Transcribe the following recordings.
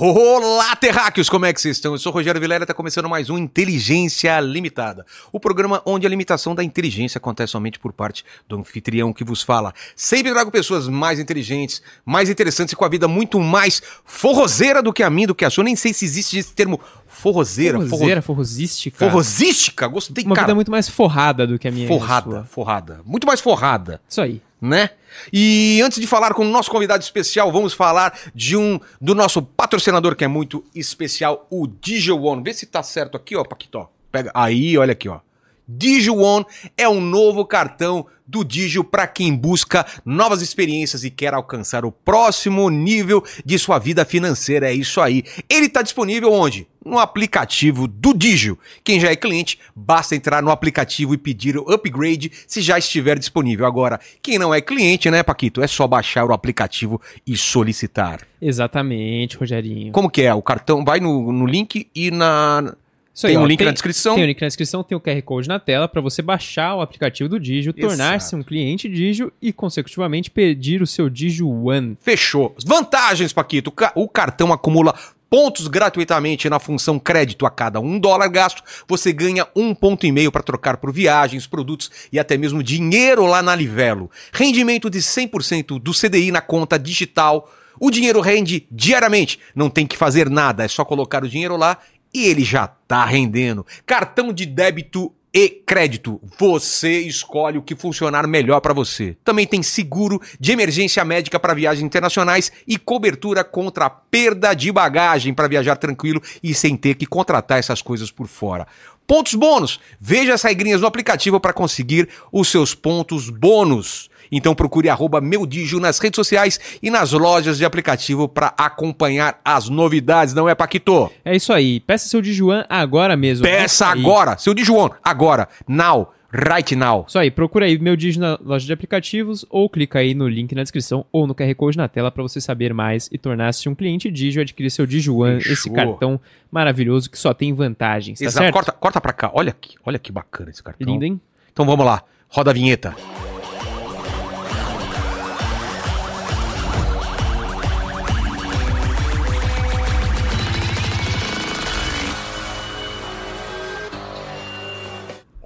Olá, terráqueos! Como é que vocês estão? Eu sou o Rogério Vilela e está começando mais um Inteligência Limitada. O programa onde a limitação da inteligência acontece somente por parte do anfitrião que vos fala. Sempre trago pessoas mais inteligentes, mais interessantes e com a vida muito mais forrozeira do que a minha, do que a sua. Nem sei se existe esse termo forrozeira. forro- Forrozeira, forrosística. Forrosística? Gostei, Uma cara. vida muito mais forrada do que a minha. e a forrada, sua. forrada. Muito mais forrada Isso aí. né? E antes de falar com o nosso convidado especial, vamos falar de um do nosso patrocinador que é muito especial, o DigiOne. Vê se tá certo aqui, ó, Paquito. Pega aí, olha aqui, ó. DigiOne é um novo cartão do Digio para quem busca novas experiências e quer alcançar o próximo nível de sua vida financeira. É isso aí. Ele está disponível onde? No aplicativo do Digio. Quem já é cliente, basta entrar no aplicativo e pedir o upgrade se já estiver disponível. Agora, quem não é cliente, né, Paquito? É só baixar o aplicativo e solicitar. Exatamente, Rogerinho. Como que é? O cartão vai no, no link e na. Isso Tem aí, um ó, link na descrição. Tem o link na descrição, tem o QR Code na tela para você baixar o aplicativo do Digio, Exato. tornar-se um cliente Digio e, consecutivamente, pedir o seu Digio One. Fechou. Vantagens, Paquito. Ca- O cartão acumula pontos gratuitamente na função crédito. A cada um dólar gasto, você ganha um ponto e meio para trocar por viagens, produtos e até mesmo dinheiro lá na Livelo. Rendimento de 100% do CDI na conta digital. O dinheiro rende diariamente. Não tem que fazer nada, é só colocar o dinheiro lá e ele já tá rendendo. Cartão de débito e crédito. Você escolhe o que funcionar melhor para você. Também tem seguro de emergência médica para viagens internacionais e cobertura contra a perda de bagagem para viajar tranquilo e sem ter que contratar essas coisas por fora. Pontos bônus. Veja as regrinhas no aplicativo para conseguir os seus pontos bônus. Então procure arroba meu Digio nas redes sociais e nas lojas de aplicativo para acompanhar as novidades, não é, Paquito? É isso aí. Peça seu Digio One agora mesmo. Peça Isso aí. agora, seu Dijuan, agora, now, right now. Isso aí, procura aí meu Digio na loja de aplicativos ou clica aí no link na descrição ou no QR Code na tela para você saber mais e tornar-se um cliente Digio, adquirir seu Digio One, Fechou. esse cartão maravilhoso que só tem vantagens, tá Exato, certo? corta, corta pra cá, olha aqui, olha que bacana esse cartão. Lindo, hein? Então vamos lá, roda a vinheta.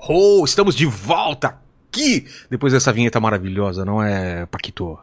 Oh, estamos de volta aqui depois dessa vinheta maravilhosa, não é, Paquito?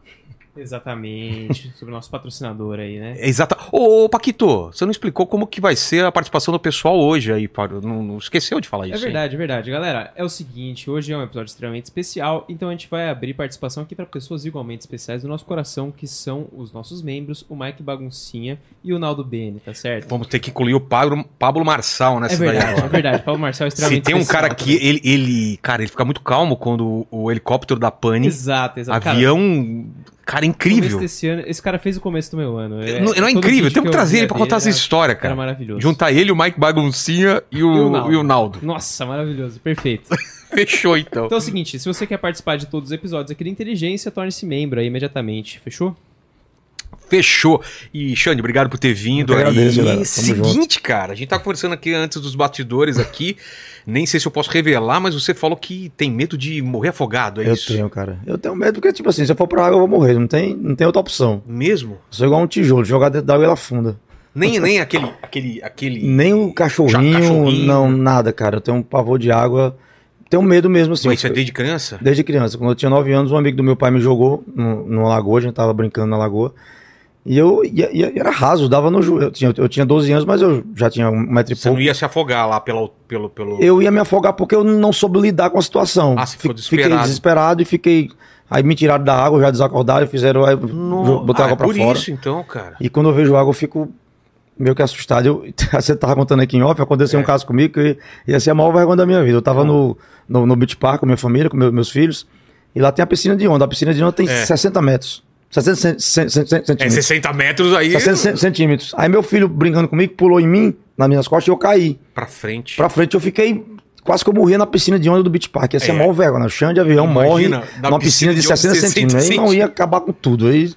Exatamente, sobre o nosso patrocinador aí, né? É Exata. Ô, ô, Paquito, você não explicou como que vai ser a participação do pessoal hoje aí, pá. Não, não esqueceu de falar isso. É hein? verdade, é verdade. Galera, é o seguinte, hoje é um episódio extremamente especial, então a gente vai abrir participação aqui para pessoas igualmente especiais do nosso coração, que são os nossos membros, o Mike Baguncinha e o Naldo Bene, tá certo? Vamos ter que incluir o Pablo, Pablo Marçal É nessa daí verdade, é agora. verdade. Paulo Marcel é Se extremamente tem um especial cara que ele, ele. Cara, ele fica muito calmo quando o, o helicóptero da Pani. Exato, exato. Cara, avião. Cara, é começo incrível. desse ano- esse cara fez o começo do meu ano. não não é todo incrível, vídeo temos que eu trazer via ele pra dele contar essa era- história, Era cara. é, maravilhoso. Juntar ele, o Mike Baguncinha e E o o, Naldo. e o Naldo. Nossa, maravilhoso, perfeito. Fechou então. Então é o seguinte, se você quer participar de todos os episódios aqui da Inteligência, torne-se membro aí imediatamente, fechou? Fechou. E, Xande, obrigado por ter vindo. Eu que agradeço, aí. galera. Tamo seguinte, cara, a gente tá conversando aqui antes dos batidores aqui. Nem sei se eu posso revelar, mas você falou que tem medo de morrer afogado, é eu isso? tenho, cara. Eu tenho medo porque, tipo assim, se eu for pra água eu vou morrer. Não tem, não tem outra opção. Mesmo? Eu sou igual um tijolo, jogar dentro da água ela afunda. Nem, nem aquele, aquele, aquele... Nem o cachorrinho, Já cachorrinho. né? não, nada, cara. Eu tenho um pavor de água. Tenho medo mesmo, assim. Mas isso é Eu- desde criança? Desde criança. Quando eu tinha 9 anos, um amigo do meu pai me jogou no- numa lagoa, a gente tava brincando na lagoa. E eu e- e- e era raso, dava no joelho. Eu tinha, eu tinha 12 anos, mas eu já tinha um metro e Você não pouco. ia se afogar lá pelo... pelo, pelo... Eu ia me afogar porque eu não soube lidar com a situação. Ah, você ficou Fi- desesperado. Fiquei desesperado e fiquei. Aí me tiraram da água, já desacordaram, fizeram. Aí, No- botar Ah, água pra por fora. isso então, cara. E quando eu vejo água, eu fico meio que assustado. Eu, você tava contando aqui em off, aconteceu É. Ah. um caso comigo que ia ser a maior vergonha da minha vida. Eu tava no, no, no Beach Park com minha família, com meu- meus filhos, e lá tem a piscina de onda. A piscina de onda tem É. 60 metros. 60 cen- cen- cen- cen- É, centímetros. 60 metros aí 60 cen- centímetros. Aí meu filho brincando comigo, pulou em mim, nas minhas costas, e eu caí. pra frente. Pra frente eu fiquei. Quase que eu morri na piscina de onda do Beach Park. Ia ser É. a maior vergonha. né? O chão de avião Imagina, morre na numa piscina, piscina de de 60 onda, 60 centímetros. Aí não ia acabar com tudo. Aí, Tá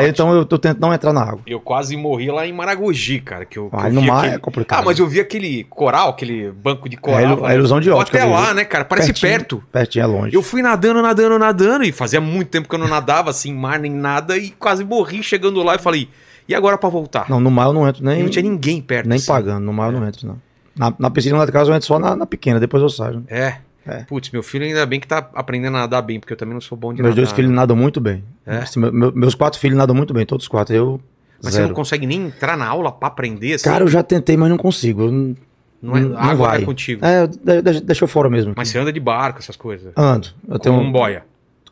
aí então eu tô tentando não entrar na água. Eu quase morri lá em Maragogi, cara. Que eu, que Ah, eu no vi mar aquele- é complicado. Ah, mas eu vi aquele coral, aquele banco de coral. É, ilu- eu falei, é ilusão de "Vou ótica Até mesmo." lá, né, cara? Parece perto. Pertinho é longe. Eu fui nadando, nadando, nadando. E fazia muito tempo que eu não nadava, assim, em mar nem nada. E quase morri chegando lá e falei. E E agora pra voltar? Não, no mar eu não entro E nem, não tinha ninguém perto. nem assim. pagando. No mar eu não entro, não. Na, na piscina lá de casa eu entro só na, na pequena, depois eu saio. né? É. É. Putz, meu filho ainda bem que tá aprendendo a nadar bem, porque eu também não sou bom de Meus nadar. dois filhos nadam muito bem. Ah. É? Assim, meu- meu- meus quatro filhos nadam muito bem, todos quatro. Eu. né? Mas você zero. não consegue nem entrar na aula pra aprender? assim? Cara, eu já tentei, mas não consigo. Eu não- não é, não água vai. vai. contigo. É, eu de- de- deixa eu fora mesmo. Mas você anda de barco, essas coisas. Ando. Eu tenho Com um boia.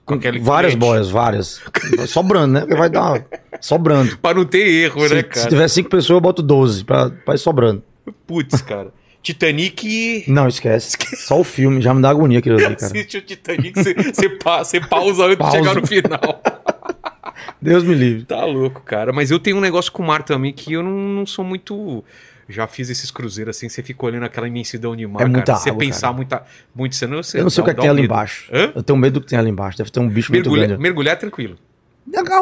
Com aquele Então, várias colete. boias, várias. Sobrando, né? Porque vai dar. uma- Sobrando. Pra não ter erro, né, Se, se cara? tiver cinco pessoas, eu boto 12 pra, pra ir sobrando. Putz, cara. Titanic. Não, esquece. Só o filme, já me dá agonia aquilo ali, cara. Assiste o Titanic, você- você pa- você pausa antes de Pausa. chegar no final. Deus me livre. Tá louco, cara. Mas eu tenho um negócio com o mar também que eu não, não sou muito. Já fiz esses cruzeiros assim, você fica olhando aquela imensidão de mar, É muita cara. Você água, pensar muita, muito você não, você Eu não sei o dá- que, é que dá tem um ali medo. embaixo. Hã? Eu tenho medo do que tem ali embaixo. Deve ter um bicho Mergulha- muito grande. mergulhar é tranquilo.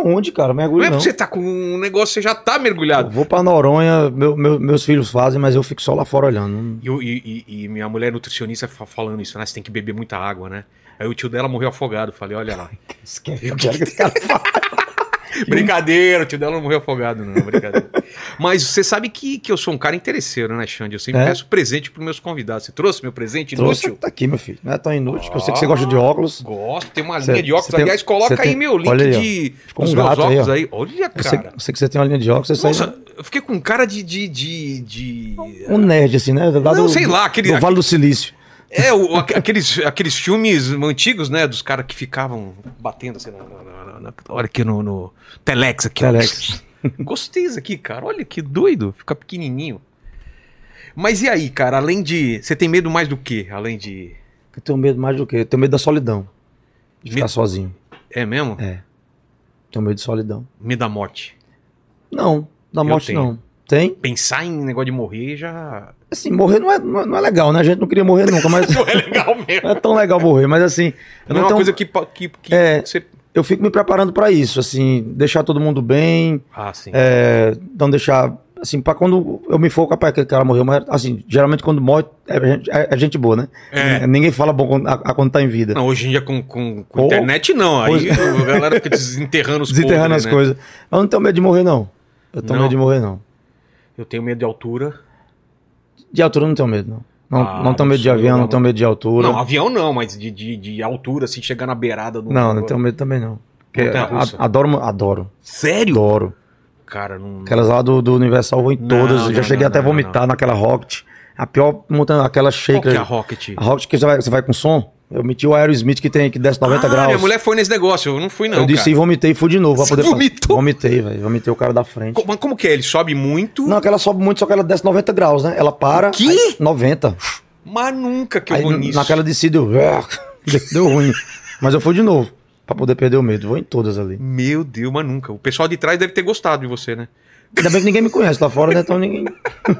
Onde, cara? Não Mergulho é não. porque você tá com um negócio, você já tá Eu mergulhado. vou pra Noronha, meu- meu- meus filhos fazem, mas eu fico só lá fora olhando. E, eu- e- e- e minha mulher é nutricionista fa- falando isso, né? Você tem que beber muita água, né? Aí o tio dela morreu afogado. Falei, olha lá. Esquece. Eu Eu quero que os caras façam. brincadeira, o tio dela não morreu afogado, não. Brincadeira. Mas você sabe que, que eu sou um cara interesseiro, né, Xande? Eu sempre É? peço presente pros meus convidados. Você trouxe meu presente Trouxe, inútil? tá aqui, meu filho. Não é tão inútil. que Eu sei que você Ah. gosta de óculos. Gosto, tem uma Cê- linha de óculos. cê tem- Aliás, coloca cê aí tem- meu link olha aí, ó. de Ficou dos um meus gato aí, óculos aí, Olha, Eu sei, cara. eu sei que você tem uma linha de óculos. Você Nossa, sai eu fiquei com cara de. de, de, de- um nerd, assim, né? Lá Não, do- sei lá, Do aquele, Vale do Silício. é, o- aqu- aqueles, aqueles filmes antigos, né? Dos caras que ficavam batendo assim na, na- na- na- na- olha aqui no, no Telex aqui. ó. Telex. Gostei disso aqui, cara. Olha que doido. Fica pequenininho. Mas e aí, cara? Além de. Você tem medo mais do que? Além de. Eu tenho medo mais do que? Eu tenho medo da solidão. De ficar Me- sozinho. É mesmo? É. Tenho medo de solidão. Medo da morte. Não, da Eu morte tenho. não. Tem? Pensar em negócio de morrer já. Assim, morrer não é, não é- não é legal, né? A gente não queria morrer nunca, mas Não é legal mesmo. não é tão legal morrer. Mas assim, Não é eu, não uma tenho- coisa que, pa- que, que É. você. eu fico me preparando pra isso, assim, deixar todo mundo bem, Ah, sim. é, não deixar. Assim, pra quando eu me foco, rapaz, aquele cara morreu, mas assim, geralmente quando morre, é gente, é- é gente boa, né? É. Ninguém fala bom quando, a, a quando tá em vida. Não, hoje em dia com, com, com Ou- internet não. Aí Pois- a galera fica desenterrando os Desenterrando podres, as né? coisas. Eu não tenho medo de morrer, não. Eu tenho Não? medo de morrer, não. Eu tenho medo de altura. De altura eu não tenho medo, não. Não, Ah, não tenho medo de absurdo, avião, não. não tenho medo de altura. Não, avião não, mas de, de, de altura, assim, chegar na beirada do. Não, então- não tenho medo também não. Porque Montanha a- russa? adoro, uma- adoro, Sério? adoro. Cara, não. Aquelas lá do, do Universal eu vou em Não, todas. não, já cheguei não, até a não, vomitar naquela Rocket. A pior montanha, aquela Qual que é a shaker. Rocket? a Rocket que você vai, você vai com som. Eu meti o Aerosmith que tem que desce 90 ah, graus. minha mulher foi nesse negócio, eu não fui não, eu disse e cara. vomitei e fui de novo. pra Você poder fazer. vomitou? Vomitei, velho. Vomitei o cara da frente. Co- Mas como que é? Ele sobe muito, Não, aquela sobe muito, só que ela desce 90 graus, né? Ela para. quê? aí 90. mas nunca que eu Aí, vou n- nisso. naquela descida eu. ah, Deu ruim. Mas eu fui de novo. Pra poder perder o medo. Vou em todas ali. Meu Deus, mas nunca. O pessoal de trás deve ter gostado de você, né? Ainda bem que ninguém me conhece lá fora, né? Então ninguém.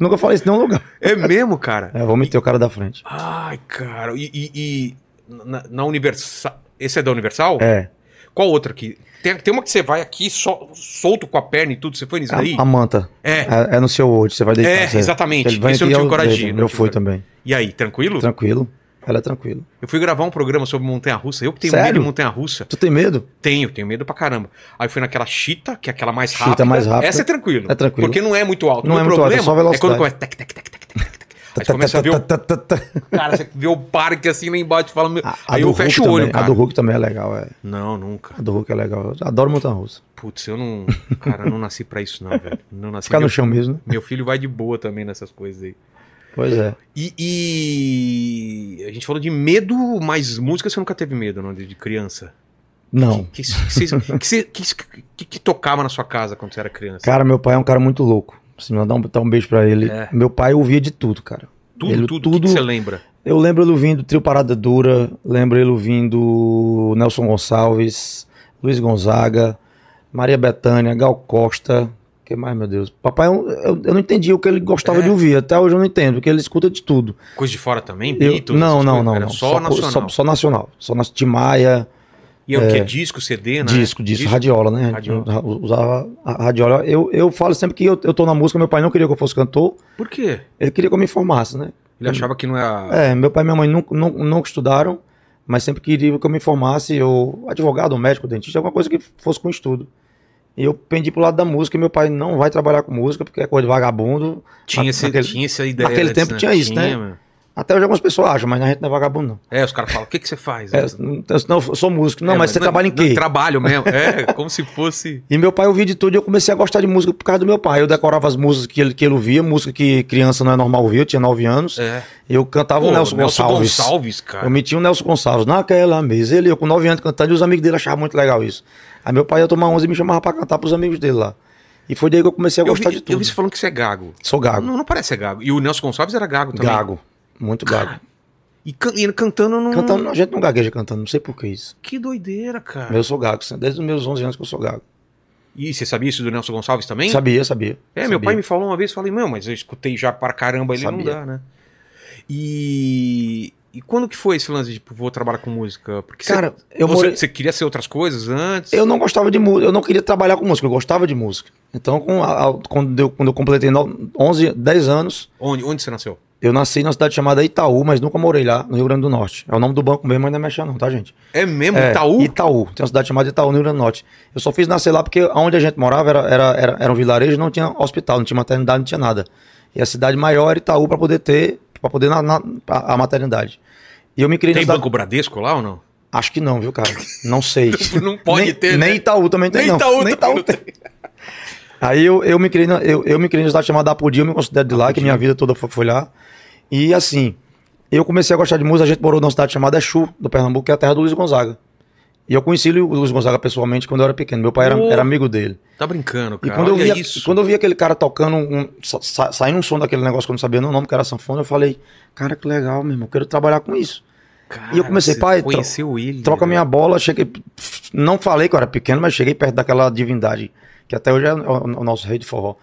Nunca falei isso em nenhum lugar. É mesmo, cara? É, vou meter o cara da frente. Ai, cara. E, e- e na, na Universal. Esse é da Universal? É. Qual outra aqui? Tem, tem uma que você vai aqui sol- solto com a perna e tudo. Você foi nisso daí? A, a manta. É. É, é no seu hoje, você vai deitar. É, você- exatamente. Ele vai Esse eu aqui, não tive coragem de ir, deito. não Eu tive fui coragem. também. E aí, tranquilo? Tranquilo. Ela é tranquilo. Eu fui gravar um programa sobre montanha-russa. Eu que tenho Sério? medo de montanha-russa. Tu tem medo? Tenho, tenho medo pra caramba. Aí fui naquela chita, que é aquela mais Chita rápida. mais rápida. Essa é tranquilo. É tranquilo. Porque não é muito alto. Não O é muito alto, é só é quando velocidade. começa... Tec, tec, tec, tec, tec, tec, tec. Aí você começa a ver o Tá, tá, tá, tá. cara, você vê o parque assim lá embaixo e fala... meu- A- a Aí eu do Hulk fecho o olho, também. A do cara. Hulk também é legal, é. Não, nunca. A do Hulk é legal. Eu adoro montanha russa. Putz, eu não... Cara, eu não nasci pra isso não, velho. Não nasci. Ficar Meu, no chão mesmo, né? meu filho vai de boa também nessas coisas aí. Pois é. E, e a gente falou de medo, mas música você nunca teve medo, não? De, de criança. Não. Que, que, cês- que, cê- que- que- que tocava na sua casa quando você era criança? Cara, meu pai é um cara muito louco. Se não dá um, dar um beijo pra ele. É. Meu pai ouvia de tudo, cara. tudo, ele- tudo, O que tudo- que você lembra? Eu lembro ele ouvindo Trio Parada Dura, lembro ele ouvindo Nelson Gonçalves, Luiz Gonzaga, Maria Bethânia, Gal Costa. que mais, meu Deus? Papai, eu, eu- eu não entendi o que ele gostava É. de ouvir. Até hoje eu não entendo, porque ele escuta de tudo. Coisa de fora também? Eu- Beatles, não, essas não, coisas? não, Era não. Só nacional. Só, só nacional. Só na Tim Maia, E é o que? Disco, CD, né? disco, disco, radiola, né? Radiola. Eu Usava a radiola. Eu, eu falo sempre que eu, eu tô na música, meu pai não queria que eu fosse cantor, Por quê? ele queria que eu me formasse, né? Ele achava que não era... É, meu pai e minha mãe nunca, nun- nunca estudaram, mas sempre queria que eu me formasse, ou advogado, ou médico, dentista, alguma coisa que fosse com estudo. E eu pendi pro lado da música, e meu pai não vai trabalhar com música, porque é coisa de vagabundo. Tinha, Na- esse, naquele- tinha essa ideia. naquele tempo tinha isso, né? mano. Até hoje algumas pessoas acham, mas a gente não é vagabundo, não. É, os caras falam, o que, que você faz? É, não, não, eu sou músico. Não, É, mas você trabalha em quê? Trabalho mesmo. É, como se fosse. E meu pai ouvia de tudo e eu comecei a gostar de música por causa do meu pai. Eu decorava as músicas que ele, que ele ouvia, música que criança não é normal ouvir, eu tinha 9 anos. É. Eu cantava o Ah, Nelson, Gonçalves. Gonçalves, cara. Eu metia o Nelson Gonçalves naquela mesa. Ele, eu com 9 anos cantando, e os amigos dele achavam muito legal isso. Aí meu pai ia tomar 11 e me chamava pra cantar pros amigos dele lá. E foi daí que eu comecei a Eu gostar vi, de tudo. eu vi você falando que você é gago. Sou gago. Não, não parece ser gago. E o Nelson Gonçalves era gago também. Gago. Muito gago. E, can- e cantando não. Cantando, a gente não gagueja cantando, não sei por que isso. Que doideira, cara. Mas eu sou gago, assim, desde os meus 11 anos que eu sou gago. E você sabia isso do Nelson Gonçalves também? Sabia, sabia. É, meu sabia. pai me falou uma vez, falei, meu, mas eu escutei já pra caramba, ele não Sabia. dá, né? E. E quando que foi esse lance de tipo, vou trabalhar com música? Porque você- Cara, eu você, morei... você queria ser outras coisas antes? Eu não gostava de música, eu não queria trabalhar com música, eu gostava de música. Então, com a- a- quando, eu, quando eu completei no- 11, 10 anos, Onde, onde você nasceu? eu nasci numa cidade chamada Itaú, mas nunca morei lá, no Rio Grande do Norte. É o nome do banco mesmo, mas não é mexer não, tá, gente? É mesmo? É, Itaú? Itaú. Tem uma cidade chamada Itaú, no Rio Grande do Norte. Eu só fiz nascer lá porque onde a gente morava era, era, era, era um vilarejo, não tinha hospital, não tinha maternidade, não tinha nada. E a cidade maior era Itaú para poder ter, para poder na, na- a, a maternidade. E eu me criei Tem na cidade- Banco Bradesco lá ou não? Acho que não, viu, cara? Não sei. Tipo, Não pode nem, ter, Nem né? Itaú também tem, Nem não. Itaú nem também Itaú tem. Aí eu, eu me criei, na- eu, eu me criei numa cidade chamada Apodi, eu me considero de lá, que minha vida toda foi, foi lá. E assim, eu comecei a gostar de música, a gente morou numa cidade chamada Exu, do Pernambuco, que é a terra do Luiz Gonzaga. E eu conheci o Luiz Gonzaga pessoalmente quando eu era pequeno, meu pai era, Oh. era amigo dele. Tá brincando, E cara. quando eu, Olha via, isso. quando eu vi aquele cara tocando, um, sa- sa- saindo um som daquele negócio que eu não sabia nem o nome, que era sanfona, eu falei, cara, que legal, meu irmão, eu quero trabalhar com isso. Cara, e eu comecei, você pai, tro- Conheceu ele. Troca né? minha bola, cheguei. Não falei que eu era pequeno, mas cheguei perto daquela divindade, que até hoje é o o nosso rei de forró.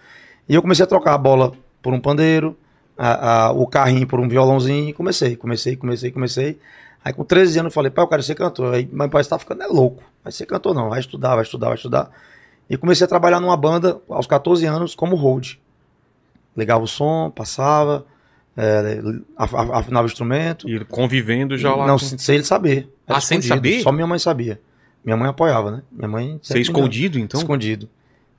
E eu comecei a trocar a bola por um pandeiro, a- a- o carrinho por um violãozinho, e comecei, comecei, comecei, comecei. Aí com 13 anos eu falei, pai, eu quero ser cantor. Aí meu pai está ficando é louco. Vai ser cantor não, vai estudar, vai estudar, vai estudar. E comecei a trabalhar numa banda aos 14 anos como hold. Ligava o som, passava, eh, af- af- afinava o instrumento. E ele convivendo já lá. Não, com- sem sem ele saber. Ah, sem ele escondido, saber? Só minha mãe sabia. Minha mãe apoiava, né? Minha mãe. sempre Você me escondido, deu- então? Escondido.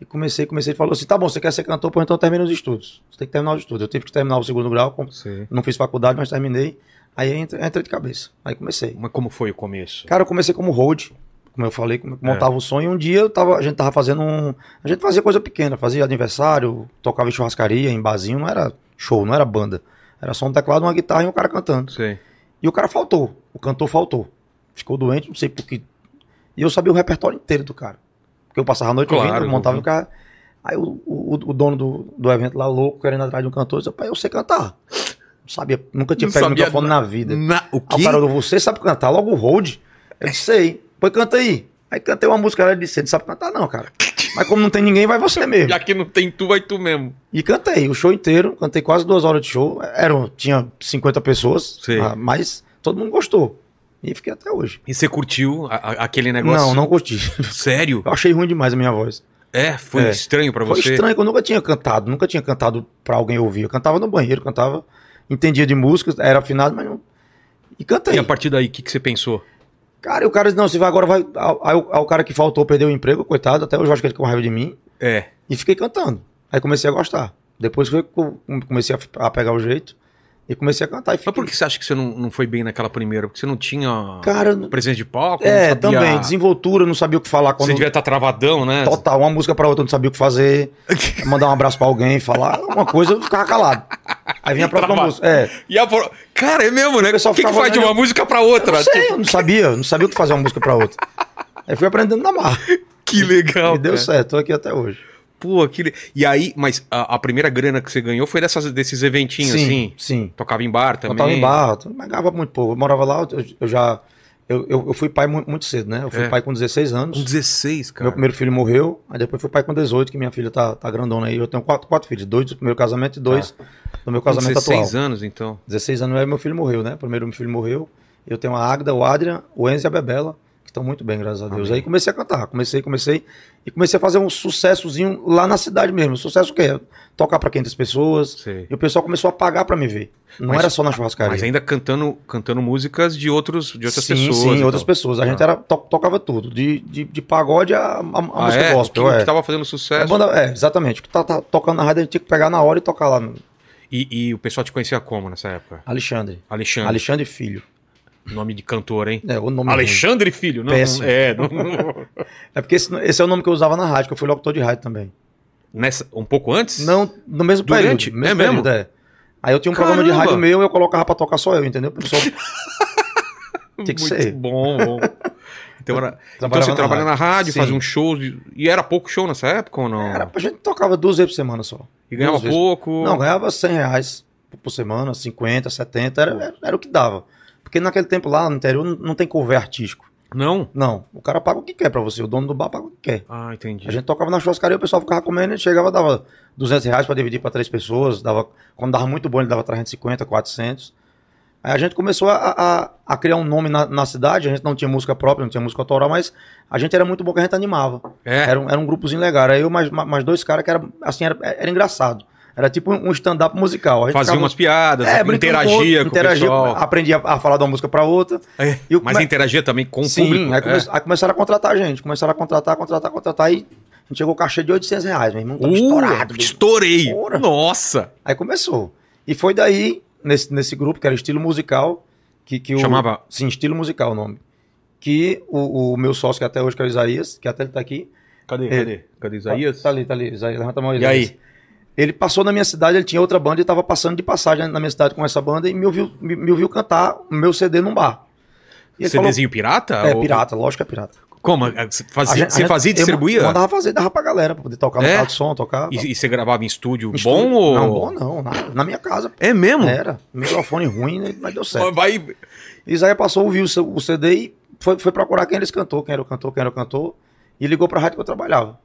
E comecei, comecei. Ele falou assim: tá bom, você quer ser cantor, pô, então termina os estudos. Você tem que terminar os estudos. Eu tive que terminar o segundo grau, com- Sei. não fiz faculdade, mas terminei. Aí entra, entra de cabeça. Aí comecei. Mas como foi o começo? Cara, eu comecei como hold, como eu falei, como- É. montava o som. E um dia eu tava, a gente tava fazendo um. A gente fazia coisa pequena, fazia aniversário, tocava em churrascaria, em barzinho, não era show, não era banda. Era só um teclado, uma guitarra e um cara cantando. Sei. E o cara faltou. O cantor faltou. Ficou doente, não sei por que. E eu sabia o repertório inteiro do cara. Porque eu passava a noite Claro, ouvindo, montava ouvindo. o cara. Aí o, o, o dono do, do evento lá, louco, querendo atrás de um cantor, disse, pai, eu sei cantar. Não sabia, nunca tinha Não pego o sabia microfone na vida. Na- o Aí o quê? cara falou, você sabe cantar logo o hold? Eu disse, sei. Pois canta aí. Aí cantei uma música, ela disse, ele sabe cantar não, cara. Mas como não tem ninguém, vai você mesmo. Já que não tem tu, vai tu mesmo. E cantei o show inteiro, cantei quase duas horas de show. Eram, tinha 50 pessoas, Sim. ah, mas todo mundo gostou. E fiquei até hoje. E você curtiu a- a- aquele negócio? Não, não curti. Sério? Eu achei ruim demais a minha voz. É? Foi É. estranho pra Foi você? estranho, que eu nunca tinha cantado, nunca tinha cantado pra alguém ouvir. Eu cantava no banheiro, cantava, entendia de música, era afinado, mas não. E E cantei. a partir daí, o que, que você pensou? Cara, e o cara disse: não, você vai agora, vai. Aí o, aí o cara que faltou perdeu o emprego, coitado, até hoje eu acho que ele ficou com raiva de mim. É. E fiquei cantando. Aí comecei a gostar. Depois foi que eu comecei a, a pegar o jeito e comecei a cantar. E Mas fiquei... por que você acha que você não, não foi bem naquela primeira? Porque você não tinha Cara, presença de palco? É, não sabia- também, desenvoltura, não sabia o que falar Você quando. devia estar travadão, né? Total, uma música pra outra, não sabia o que fazer. Mandar um abraço pra alguém, falar uma coisa, eu ficava calado. Aí vinha a próxima Travado. música. É, E a... pro- Cara, é mesmo, né? O pessoal O que, que ficava faz de olhando- uma música pra outra? não sei, eu não sabia, não sabia o que fazer uma música pra outra. Aí fui aprendendo na marra. Que legal. E deu cara. certo, tô aqui até hoje. Pô, aquele. E aí, mas a, a primeira grana que você ganhou foi dessas, desses eventinhos, assim? sim. Tocava em bar Eu também. tava em barra, mas ganhava muito pouco. Eu morava lá, eu, eu já. Eu, eu, eu fui pai mu- muito, cedo, né? Eu fui É. pai com 16 anos. Com 16, cara. Meu primeiro filho morreu, aí depois fui pai com 18, que minha filha tá, tá grandona aí. Eu tenho quatro, quatro filhos, dois do primeiro casamento e dois do meu Tá. Com casamento atual. 16 anos, então. 16 anos aí meu filho morreu, né? Primeiro meu filho morreu. Eu tenho a Agda, o Adrian, o Enzo e a Bebela, que estão muito bem, graças a Deus. Amém. Aí comecei a cantar, comecei, comecei. E comecei a fazer um sucessozinho lá na cidade mesmo. Sucesso o quê? Tocar pra 500 pessoas. Sei. E o pessoal começou a pagar pra me ver. Não Mas- era só na churrascaria. Mas ainda cantando, cantando músicas de, outros, de outras sim, pessoas. então. Sim, e outras tal. pessoas. A gente era, to- tocava tudo. De, de, de pagode a, a, a Ah, música é? gospel. O que, é. que tava fazendo A sucesso. banda- é, exatamente. O que tá, tá tocando na rádio a gente tinha que pegar na hora e tocar lá. no- E, e o pessoal te conhecia como nessa época? Alexandre. Alexandre, Alexandre Filho. nome de cantor, hein? É, o nome Alexandre Filho, não? Péssimo. É, não- ruim. É porque esse, esse é o nome que eu usava na rádio, que eu fui locutor de rádio também. nessa, um pouco antes? Não, no mesmo Durante? período. É Mesmo mesmo? período, é. Aí eu tinha um programa de Caramba! rádio meu e eu colocava pra tocar só eu, entendeu? Pro pessoal- tinha que Muito ser. bom, bom. Então, era, então Trabalhava você na trabalha na rádio, Sim. fazia um show, e era pouco show nessa época ou não? Era, a gente tocava duas vezes por semana só. e ganhava duas vezes. pouco? Não, ganhava 100 reais por semana, 50, 70, era, era, era o que dava. Porque naquele tempo lá no interior não, não tem cover artístico. Não? Não, o cara paga o que quer pra você, o dono do bar paga o que quer. Ah, entendi. A gente tocava na churrascaria, o pessoal ficava comendo, ele chegava, dava 200 reais pra dividir pra três pessoas, dava, quando dava muito bom ele dava 350, 400. Aí a gente começou a, a, a criar um nome na, na cidade, a gente não tinha música própria, não tinha música autoral, mas a gente era muito bom que a gente animava. É, Era um, era um grupozinho legal. Era eu mais, mais dois caras que era, assim, era, era engraçado. Era tipo um stand-up musical. A gente fazia ficava- umas piadas, É, brincando com outro, interagia com, interagia, o pessoal. Aprendia a falar de uma música pra outra. É, E o- mas mas- interagia também com o Sim, público. é. Aí, um né? come- aí começaram a contratar a gente. Começaram a contratar, contratar, contratar. Aí a gente chegou com cachê de 800 reais, meu irmão. Tava Uh, estourado. bicho. estourei. Ora. Nossa. Aí começou. E foi daí, nesse, nesse grupo, que era estilo musical, que, que o- Chamava- Sim, estilo musical o nome. Que o, o meu sócio, que até hoje que é o Isaías, que até ele tá aqui, Cadê, cadê? Cadê Tá, tá ali, tá ali. Isaías, levanta a mão, E Isaías. aí? Ele passou na minha cidade, ele tinha outra banda e estava passando de passagem na minha cidade com essa banda e me ouviu, me, me ouviu cantar o meu CD num bar. E ele falou, CDzinho pirata? é Ou- pirata, lógico que é pirata. Como? Você A fazia, gente- a você gente- fazia e eu distribuía? mandava fazer, dava pra galera pra poder tocar no É? carro de som, tocar. E, e você gravava em estúdio Em bom estúdio. ou... Não, bom não, na, na minha casa. É mesmo? Era, microfone ruim, né, mas deu certo. Vai... Isaías passou, ouviu o seu- o CD e foi, foi procurar quem eles cantou, quem era o cantor, quem era o cantor, e ligou pra rádio que eu trabalhava.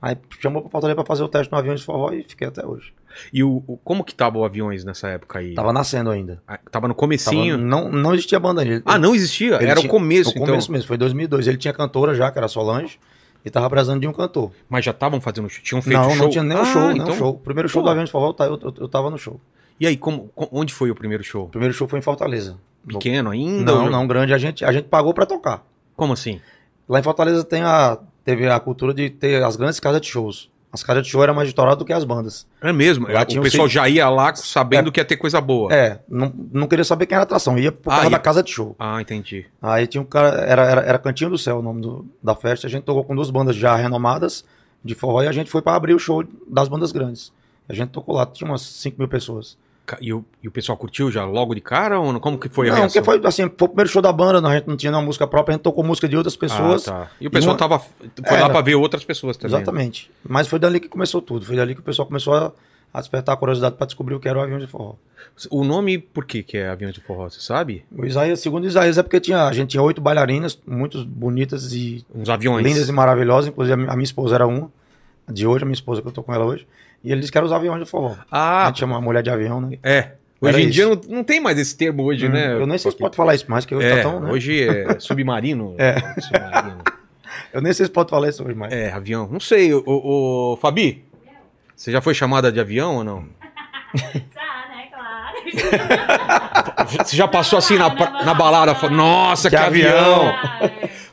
Aí chamou pra Portaria pra fazer o teste no avião de forró e fiquei até hoje. E o, o- como que tava o Aviões nessa época aí? Tava nascendo ainda. Ah, tava no Tava- comecinho? não, não existia banda ainda. Ah, não existia? Ele Era o tinha- começo, No então. começo mesmo, foi em 2002. Ele tinha cantora já, que era Solange, e tava precisando de um cantor. Mas já estavam fazendo show? Tinham feito Não, show? não tinha nem um Ah, show, nem então- um show. O primeiro show Pô. do Avião de Forró, tá, eu, eu, eu tava no show. E aí, como, co- onde foi o primeiro show? O primeiro show foi em Fortaleza. Pequeno ainda? Não, Ou- não, grande. A gente, a gente pagou pra tocar. Como assim? Lá em Fortaleza tem a, teve a cultura de ter as grandes casas de shows. As casas de show eram mais estouradas do que as bandas. É mesmo? Lá o tinha um pessoal C- já ia lá sabendo que ia ter coisa boa. É, não, não queria saber quem era a atração. Ia por Ah, causa ia- da casa de show. Ah, entendi. Aí tinha um cara, era, era, era Cantinho do Céu o nome do- da festa. A gente tocou com duas bandas já renomadas de forró e a gente foi pra abrir o show das bandas grandes. A gente tocou lá, tinha umas 5 mil pessoas. Ca- E o, e o pessoal curtiu já logo de cara? Ou não? como que foi a não, reação? porque foi assim, foi o primeiro show da banda, a gente não tinha nenhuma música própria, a gente tocou música de outras pessoas. Ah, tá. E o pessoal uma- tava, foi lá Era. pra ver outras pessoas também. né? Exatamente. Mas foi dali que começou tudo, foi dali que o pessoal começou a, a despertar a curiosidade pra descobrir o que era o avião de forró. O nome, por que que é Aviões de Forró, você sabe? O Isaías, segundo o Isaías, é porque tinha, a gente tinha oito bailarinas, muito bonitas e Uns aviões. Lindas e maravilhosas, inclusive a mi- a minha esposa era uma, de hoje, a minha esposa que eu tô com ela hoje, e ele disse que era os aviões de forró. a Ah, gente chama mulher de avião, né? é. Era Hoje em isso. dia não, não tem mais esse termo hoje, Hum, né? eu nem sei se Porque- pode falar isso mais, que hoje É, tá tão, né? hoje é submarino. É. Submarino. Eu nem sei se pode falar isso hoje mais. É, avião. Não sei, o, o, Fabi, você já foi chamada de avião ou não? Já, né? Claro. Você já passou assim na, pra- na balada? fa- Nossa, que, Que avião! avião.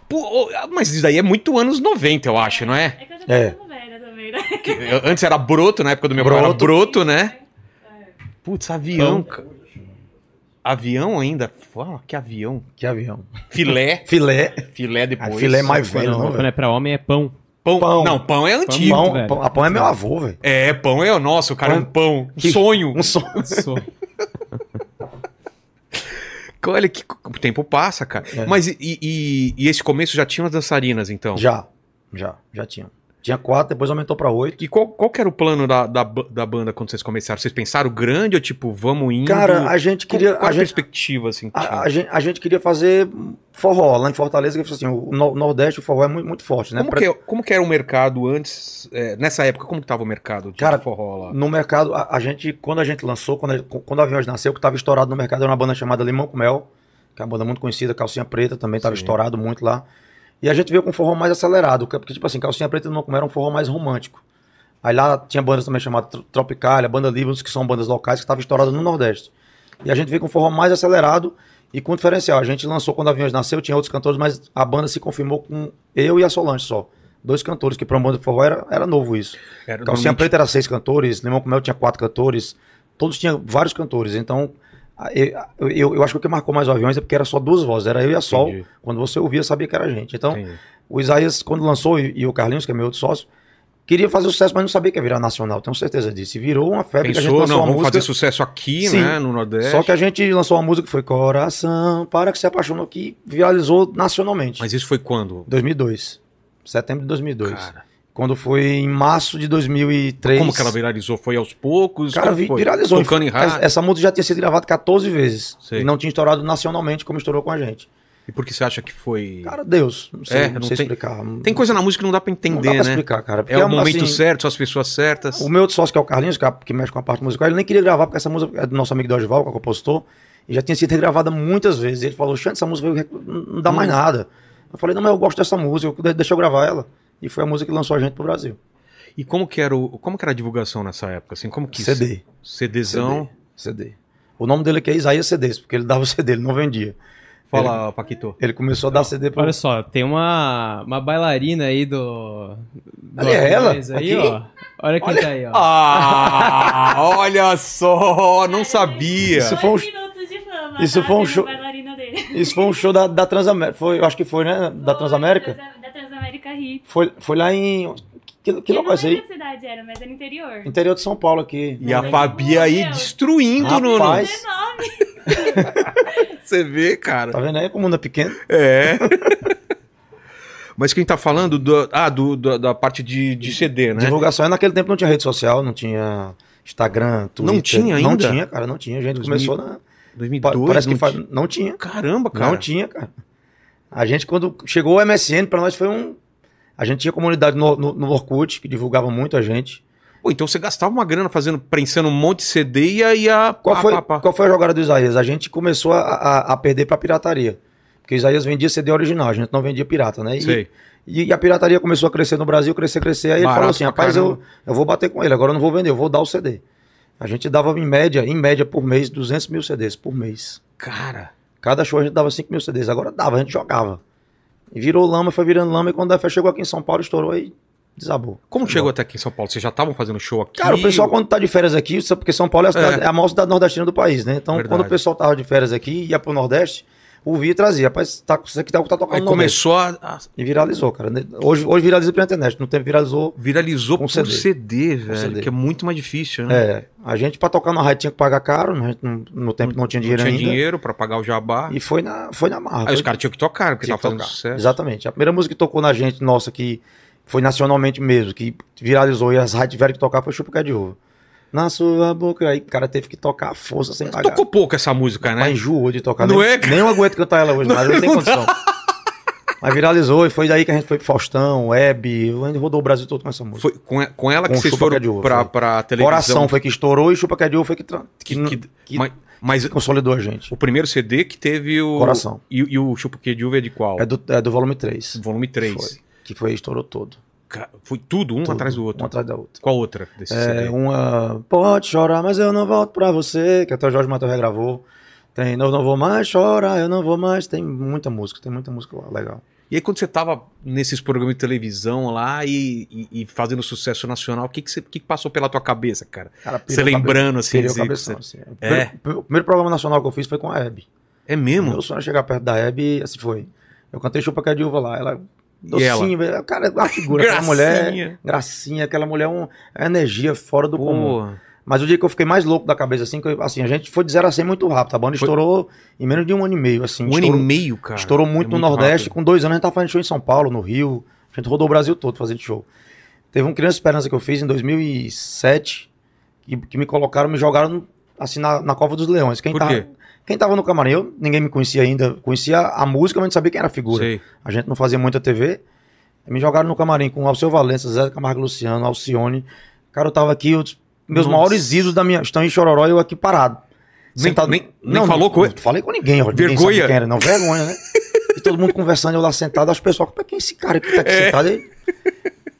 Pô, ô, mas isso daí é muito anos 90, eu acho, não é? É que eu já É. tô ficando velha também, né? Que- eu- antes era broto, na época do meu pai era Broto. broto, né? Putz, avião. ca- Avião ainda? Fala, que avião. Que avião. Filé. Filé, Filé depois. Ah, filé é mais Quando, velho, não, quando é velho. pra homem é pão. Pão. pão. Não, pão é antigo. Pão. Pão, velho. pão, a pão é meu avô, velho. É, pão é o nosso, cara. Um pão. Um Que- sonho. Um som. Só. Olha que o tempo passa, cara. É. Mas e, e- e esse começo já tinha as dançarinas, então? Já, já, já tinha. Tinha quatro, depois aumentou pra oito. E qual, qual que era o plano da, da, ba- da banda quando vocês começaram? Vocês pensaram grande ou tipo, vamos indo? Cara, a gente Qual- queria... qual A a gente, perspectiva, assim, que a, tinha? a gente, a gente queria fazer forró lá em Fortaleza, que assim, o no- Nordeste, o forró é muito, muito forte, né? como, Pra- que, como que era o mercado antes? é, nessa época, como que tava o mercado de Cara, forró lá? No mercado, a, a gente, quando a gente lançou, quando, a, quando a Aviões nasceu, o que estava estourado no mercado era uma banda chamada Limão com Mel, que é uma banda muito conhecida, Calcinha Preta também estava Sim. estourado muito lá. E a gente veio com um forró mais acelerado, que- porque, tipo assim, Calcinha Preta e Não Como era um forró mais romântico. Aí lá tinha bandas também chamadas Tro- Tropicália, Banda Líbanos, que são bandas locais que estavam estouradas no Nordeste. E a gente veio com um forró mais acelerado e com um diferencial. A gente lançou quando Aviões Nasceu, tinha outros cantores, mas a banda se confirmou com eu e a Solange só. Dois cantores, que pra uma banda de forró era, era novo isso. Era Calcinha normalmente- Preta era seis cantores, Limão com Mel tinha quatro cantores, todos tinham vários cantores, então a- e- a- eu, eu, acho que o que marcou mais o Aviões é porque era só duas vozes, era eu e a é Sol, Entendi. quando você ouvia sabia que era a gente. Então Entendi. o Isaías, quando lançou, e, e o Carlinhos, que é meu outro sócio, queria fazer sucesso, mas não sabia que ia virar nacional, tenho certeza disso. E virou uma febre que a gente Pensou, lançou não, uma vamos música, fazer sucesso aqui, Sim. né, no Nordeste. só que a gente lançou uma música que foi Coração, para que se apaixonou, que viralizou nacionalmente. Mas isso foi quando? 2002, setembro de 2002. Cara, Quando foi em março de 2003. como que ela viralizou? Foi aos poucos? Cara, Como vi- foi? viralizou. é- Tocando em rádio. Essa, essa música já tinha sido gravada 14 vezes. Sei. E não tinha estourado nacionalmente como estourou com a gente. E por que você acha que foi... Cara, Deus. Não sei, É, não não sei tem- explicar. Não- Tem coisa na música que não dá pra entender, não dá pra né? explicar, cara. É o momento assim, certo, são as pessoas certas. O meu outro sócio, que é o Carlinhos, que, é- que mexe com a parte musical, ele nem queria gravar, porque essa música é do nosso amigo Dorival, que é o compositor, e já tinha sido regravada muitas vezes. Ele falou, Xande, essa música não não dá mais Hum. nada. Eu falei, não, mas eu gosto dessa música, eu- deixa eu gravar ela. E foi a música que lançou a gente pro Brasil. E como que era o, como que era a divulgação nessa época? Assim, como que CD. CDzão. CD. CD. O nome dele aqui é Isaías CDs, porque ele dava o CD, ele não vendia. Fala, Paquito. Ele começou a dar CD pro... Olha só, tem uma, uma bailarina aí do. do Ali é ela? Aquiles Aí, Aqui? ó. Olha quem Olha- tá aí, ó. Ah, olha só, não sabia. Isso Isso foi um- minutos de fama. isso tá? foi um Sendo show- bailarina dele. Isso foi um show da, da Transamérica. Foi, eu acho que foi, né? Da Transamérica? Da, da Transamérica Hits. Foi, foi lá em. Que, que Eu local é não isso sei aí? que cidade era, mas era interior. Interior de São Paulo aqui. E a Fabi aí destruindo, Nuno. Rapaz. Esse nome. Você vê, cara. Tá vendo aí como o mundo é pequeno? É. Mas quem tá falando do, ah, do, do- da parte de, de CD, né? Divulgação. Aí naquele tempo não tinha rede social, não tinha Instagram, Twitter. Não tinha Não ainda? tinha, cara, não tinha. A gente 2000, começou na. pa- 2002. parece que não faz. tinha- Não tinha. Caramba, cara. Não tinha, cara. A gente, quando chegou o MSN, pra nós foi um. A gente tinha comunidade no, no, no Orkut, que divulgava muito a gente. Pô, então você gastava uma grana fazendo, prensando um monte de CD e aí a... Qual, pá, foi, pá, pá. qual foi a jogada do Isaías? A gente começou a, a, a perder pra pirataria. Porque o Isaías vendia CD original, a gente não vendia pirata, né? E- Sei. E, e a pirataria começou a crescer no Brasil, crescer, crescer. Aí ele Barato falou assim: pra rapaz, caramba. eu, eu vou bater com ele, agora eu não vou vender, eu vou dar o CD. A gente dava em média, em média por mês, 200 mil CDs por mês. Cara, Cada show a gente dava 5 mil CDs, agora dava, a gente jogava. E virou lama, foi virando lama, e quando a festa chegou aqui em São Paulo, estourou e desabou. como chegou até aqui em São Paulo? Vocês já estavam fazendo show aqui? Cara, o pessoal quando tá de férias aqui, sabe, porque São Paulo é a, cidade- é a maior cidade nordestina do país, né? Então, Verdade. quando o pessoal tava de férias aqui, ia pro Nordeste, ouvia e trazia. Rapaz, tá, isso aqui tá o que tá tocando Aí no Nordeste. começou a... a- E viralizou, cara. né? Hoje, hoje viraliza pela internet, no tempo viralizou Viralizou Com por CD. CD, velho, CD. que é muito mais difícil, né? É, a gente pra tocar na rádio tinha que pagar caro, né? A gente não- no tempo não tinha Não dinheiro tinha ainda. dinheiro pra pagar o jabá. E foi na, foi na marra. Aí os foi- caras tinham que tocar, porque tava tinha que fazendo tocar. sucesso. Exatamente. A primeira música que tocou na gente, nossa, que foi nacionalmente mesmo, que viralizou e as rádios tiveram que tocar foi Chupa de Uva. Na sua boca, aí o cara teve que tocar a força sem pagar. Tocou pouco essa música, né? Mas enjoou de tocar. Não nem, é, cara? nem eu aguento cantar ela hoje, mas eu não tenho condição. Mas viralizou e foi daí que a gente foi pro Faustão, Web, a gente rodou o Brasil todo com essa música. Foi com, e- com ela que Com vocês Chupa foram Pé de Uva, pra, foi. pra televisão. Coração foi que estourou e Chupa de Uva foi que, tra- que, Que, que- que- mas, mas consolidou a gente. o primeiro CD que teve o. Coração. E, e o Chupa Que de Uva é de qual? É do, é do volume 3. Volume 3. Foi. Que foi, estourou todo. Ca- Foi, tudo, um Tudo, atrás do outro. Um atrás da outra. Qual outra desse É, CD? uma. Pode chorar, mas eu não volto pra você. Que até o Jorge Matheus regravou. Tem Eu Não Vou Mais Chorar, Eu Não Vou Mais. Tem muita música, tem muita música lá, legal. E aí, quando você tava nesses programas de televisão lá e, e- e fazendo sucesso nacional, o que, que, você- o que que passou pela tua cabeça, cara? Cara, pirei Você o cabe- lembrando, assim, pirei o dizer que cabeção, você- assim. O É. primeiro- O primeiro programa nacional que eu fiz foi com a Hebe. É mesmo? Meu sonho era chegar perto da Hebe, assim foi. Eu cantei Chupa que é de Uva lá. Ela. E ela? Docinho, velho. cara, é uma figura, aquela mulher. Gracinha. Gracinha, aquela mulher, um, é energia fora do comum. Pô, um Mas o dia que eu fiquei mais louco da cabeça, assim, que eu- assim a gente foi de 0 a 100 muito rápido. tá A banda Foi- estourou em menos de um ano e meio, assim. um ano e estourou, meio, cara. estourou muito É no Nordeste. rápido. Com dois anos a gente tava fazendo show em São Paulo, no Rio. A gente rodou o Brasil todo fazendo show. Teve um Criança Esperança que eu fiz em 2007, que, que me colocaram, me jogaram assim na, na Cova dos Leões. Quem Por tava, quê? Quem tava no camarim, eu, ninguém me conhecia ainda. Conhecia a música, mas não sabia quem era a figura. Sei. A gente não fazia muita TV. Me jogaram no camarim com Alceu Valença, Zé Camargo Luciano, Alcione. Cara, eu tava aqui, eu- meus Nossa. maiores ídolos da minha, estão em Chororó e eu aqui parado. Nem- nem- nem falou não, com- Falei com ninguém, ó. Ninguém Vergonha. sabia quem era, não, vergonha, né? E todo mundo conversando, eu lá sentado, acho o pessoal, como é que é esse cara que tá aqui sentado aí?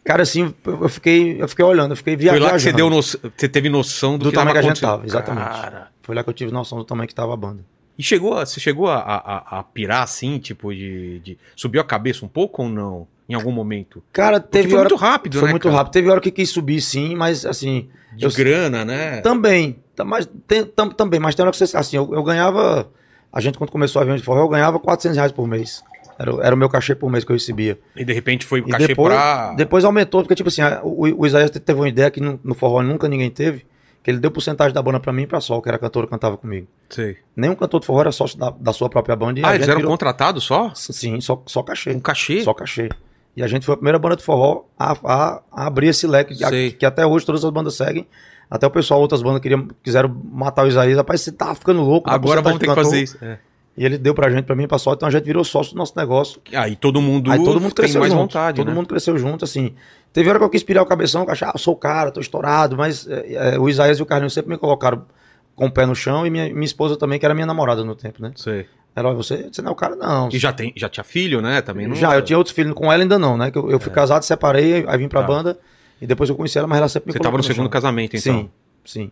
Cara, assim, eu eu fiquei, eu fiquei olhando, eu fiquei via- Foi viajando. lá que você, deu no- você teve noção do, do que tamanho que a gente acontecendo. tava, exatamente. Cara. Foi lá que eu tive noção do tamanho que tava a banda. E chegou a, você chegou a, a- a- a pirar assim, tipo, de, de- Subiu a cabeça um pouco ou não? Em algum momento? Cara, Porque teve foi hora. muito rápido, foi né? muito cara? rápido. Teve hora que quis subir, sim, mas assim. De Eu- grana, né? Também. tá- Mas tem, tam- também, mas tem hora que você. Assim, eu, eu ganhava. A gente, quando começou a avião de forró, eu ganhava 400 reais por mês. Era, o- era o meu cachê por mês que eu recebia. E de repente foi o E cachê depois, pra. depois aumentou, porque, tipo assim, a- o, o Isaías te- teve uma ideia que no, no forró nunca ninguém teve, que ele deu porcentagem da banda pra mim e pra Sol, que era a cantora que cantava comigo. Sei. Nenhum cantor de forró era sócio da, da sua própria banda. e Ah, a eles gente eram virou- contratados só? Sim, só, só cachê. Um cachê? Só cachê. E a gente foi a primeira banda de forró a, a- a abrir esse leque, a- Sei. que até hoje todas as bandas seguem. Até o pessoal, outras bandas queriam, quiseram matar o Isaías. Rapaz, você tá ficando louco. dá Agora porcentagem vamos ter do que cantor. fazer isso. É. E ele deu pra gente, pra mim, e pra sorte. Então a gente virou sócio do nosso negócio. Aí todo mundo, Aí todo mundo tem cresceu mais junto. vontade. todo né? mundo cresceu junto, assim. Teve hora que eu quis pirar o cabeção, que eu achava, ah, eu sou o cara, tô estourado. Mas é, é, o Isaías e o Carlinhos sempre me colocaram com o pé no chão. E minha, minha esposa também, que era minha namorada no tempo, né? Sei. Ela, você, você não é o cara, não. E já, tem, já tinha filho, né? Também não. É. Já, eu tinha outros filhos com ela ainda não, né? Que eu, eu fui casado, separei, aí vim pra Tá. banda e depois eu conheci ela, mas ela sempre me Você tava no colocou segundo chão. casamento, então. Sim, sim.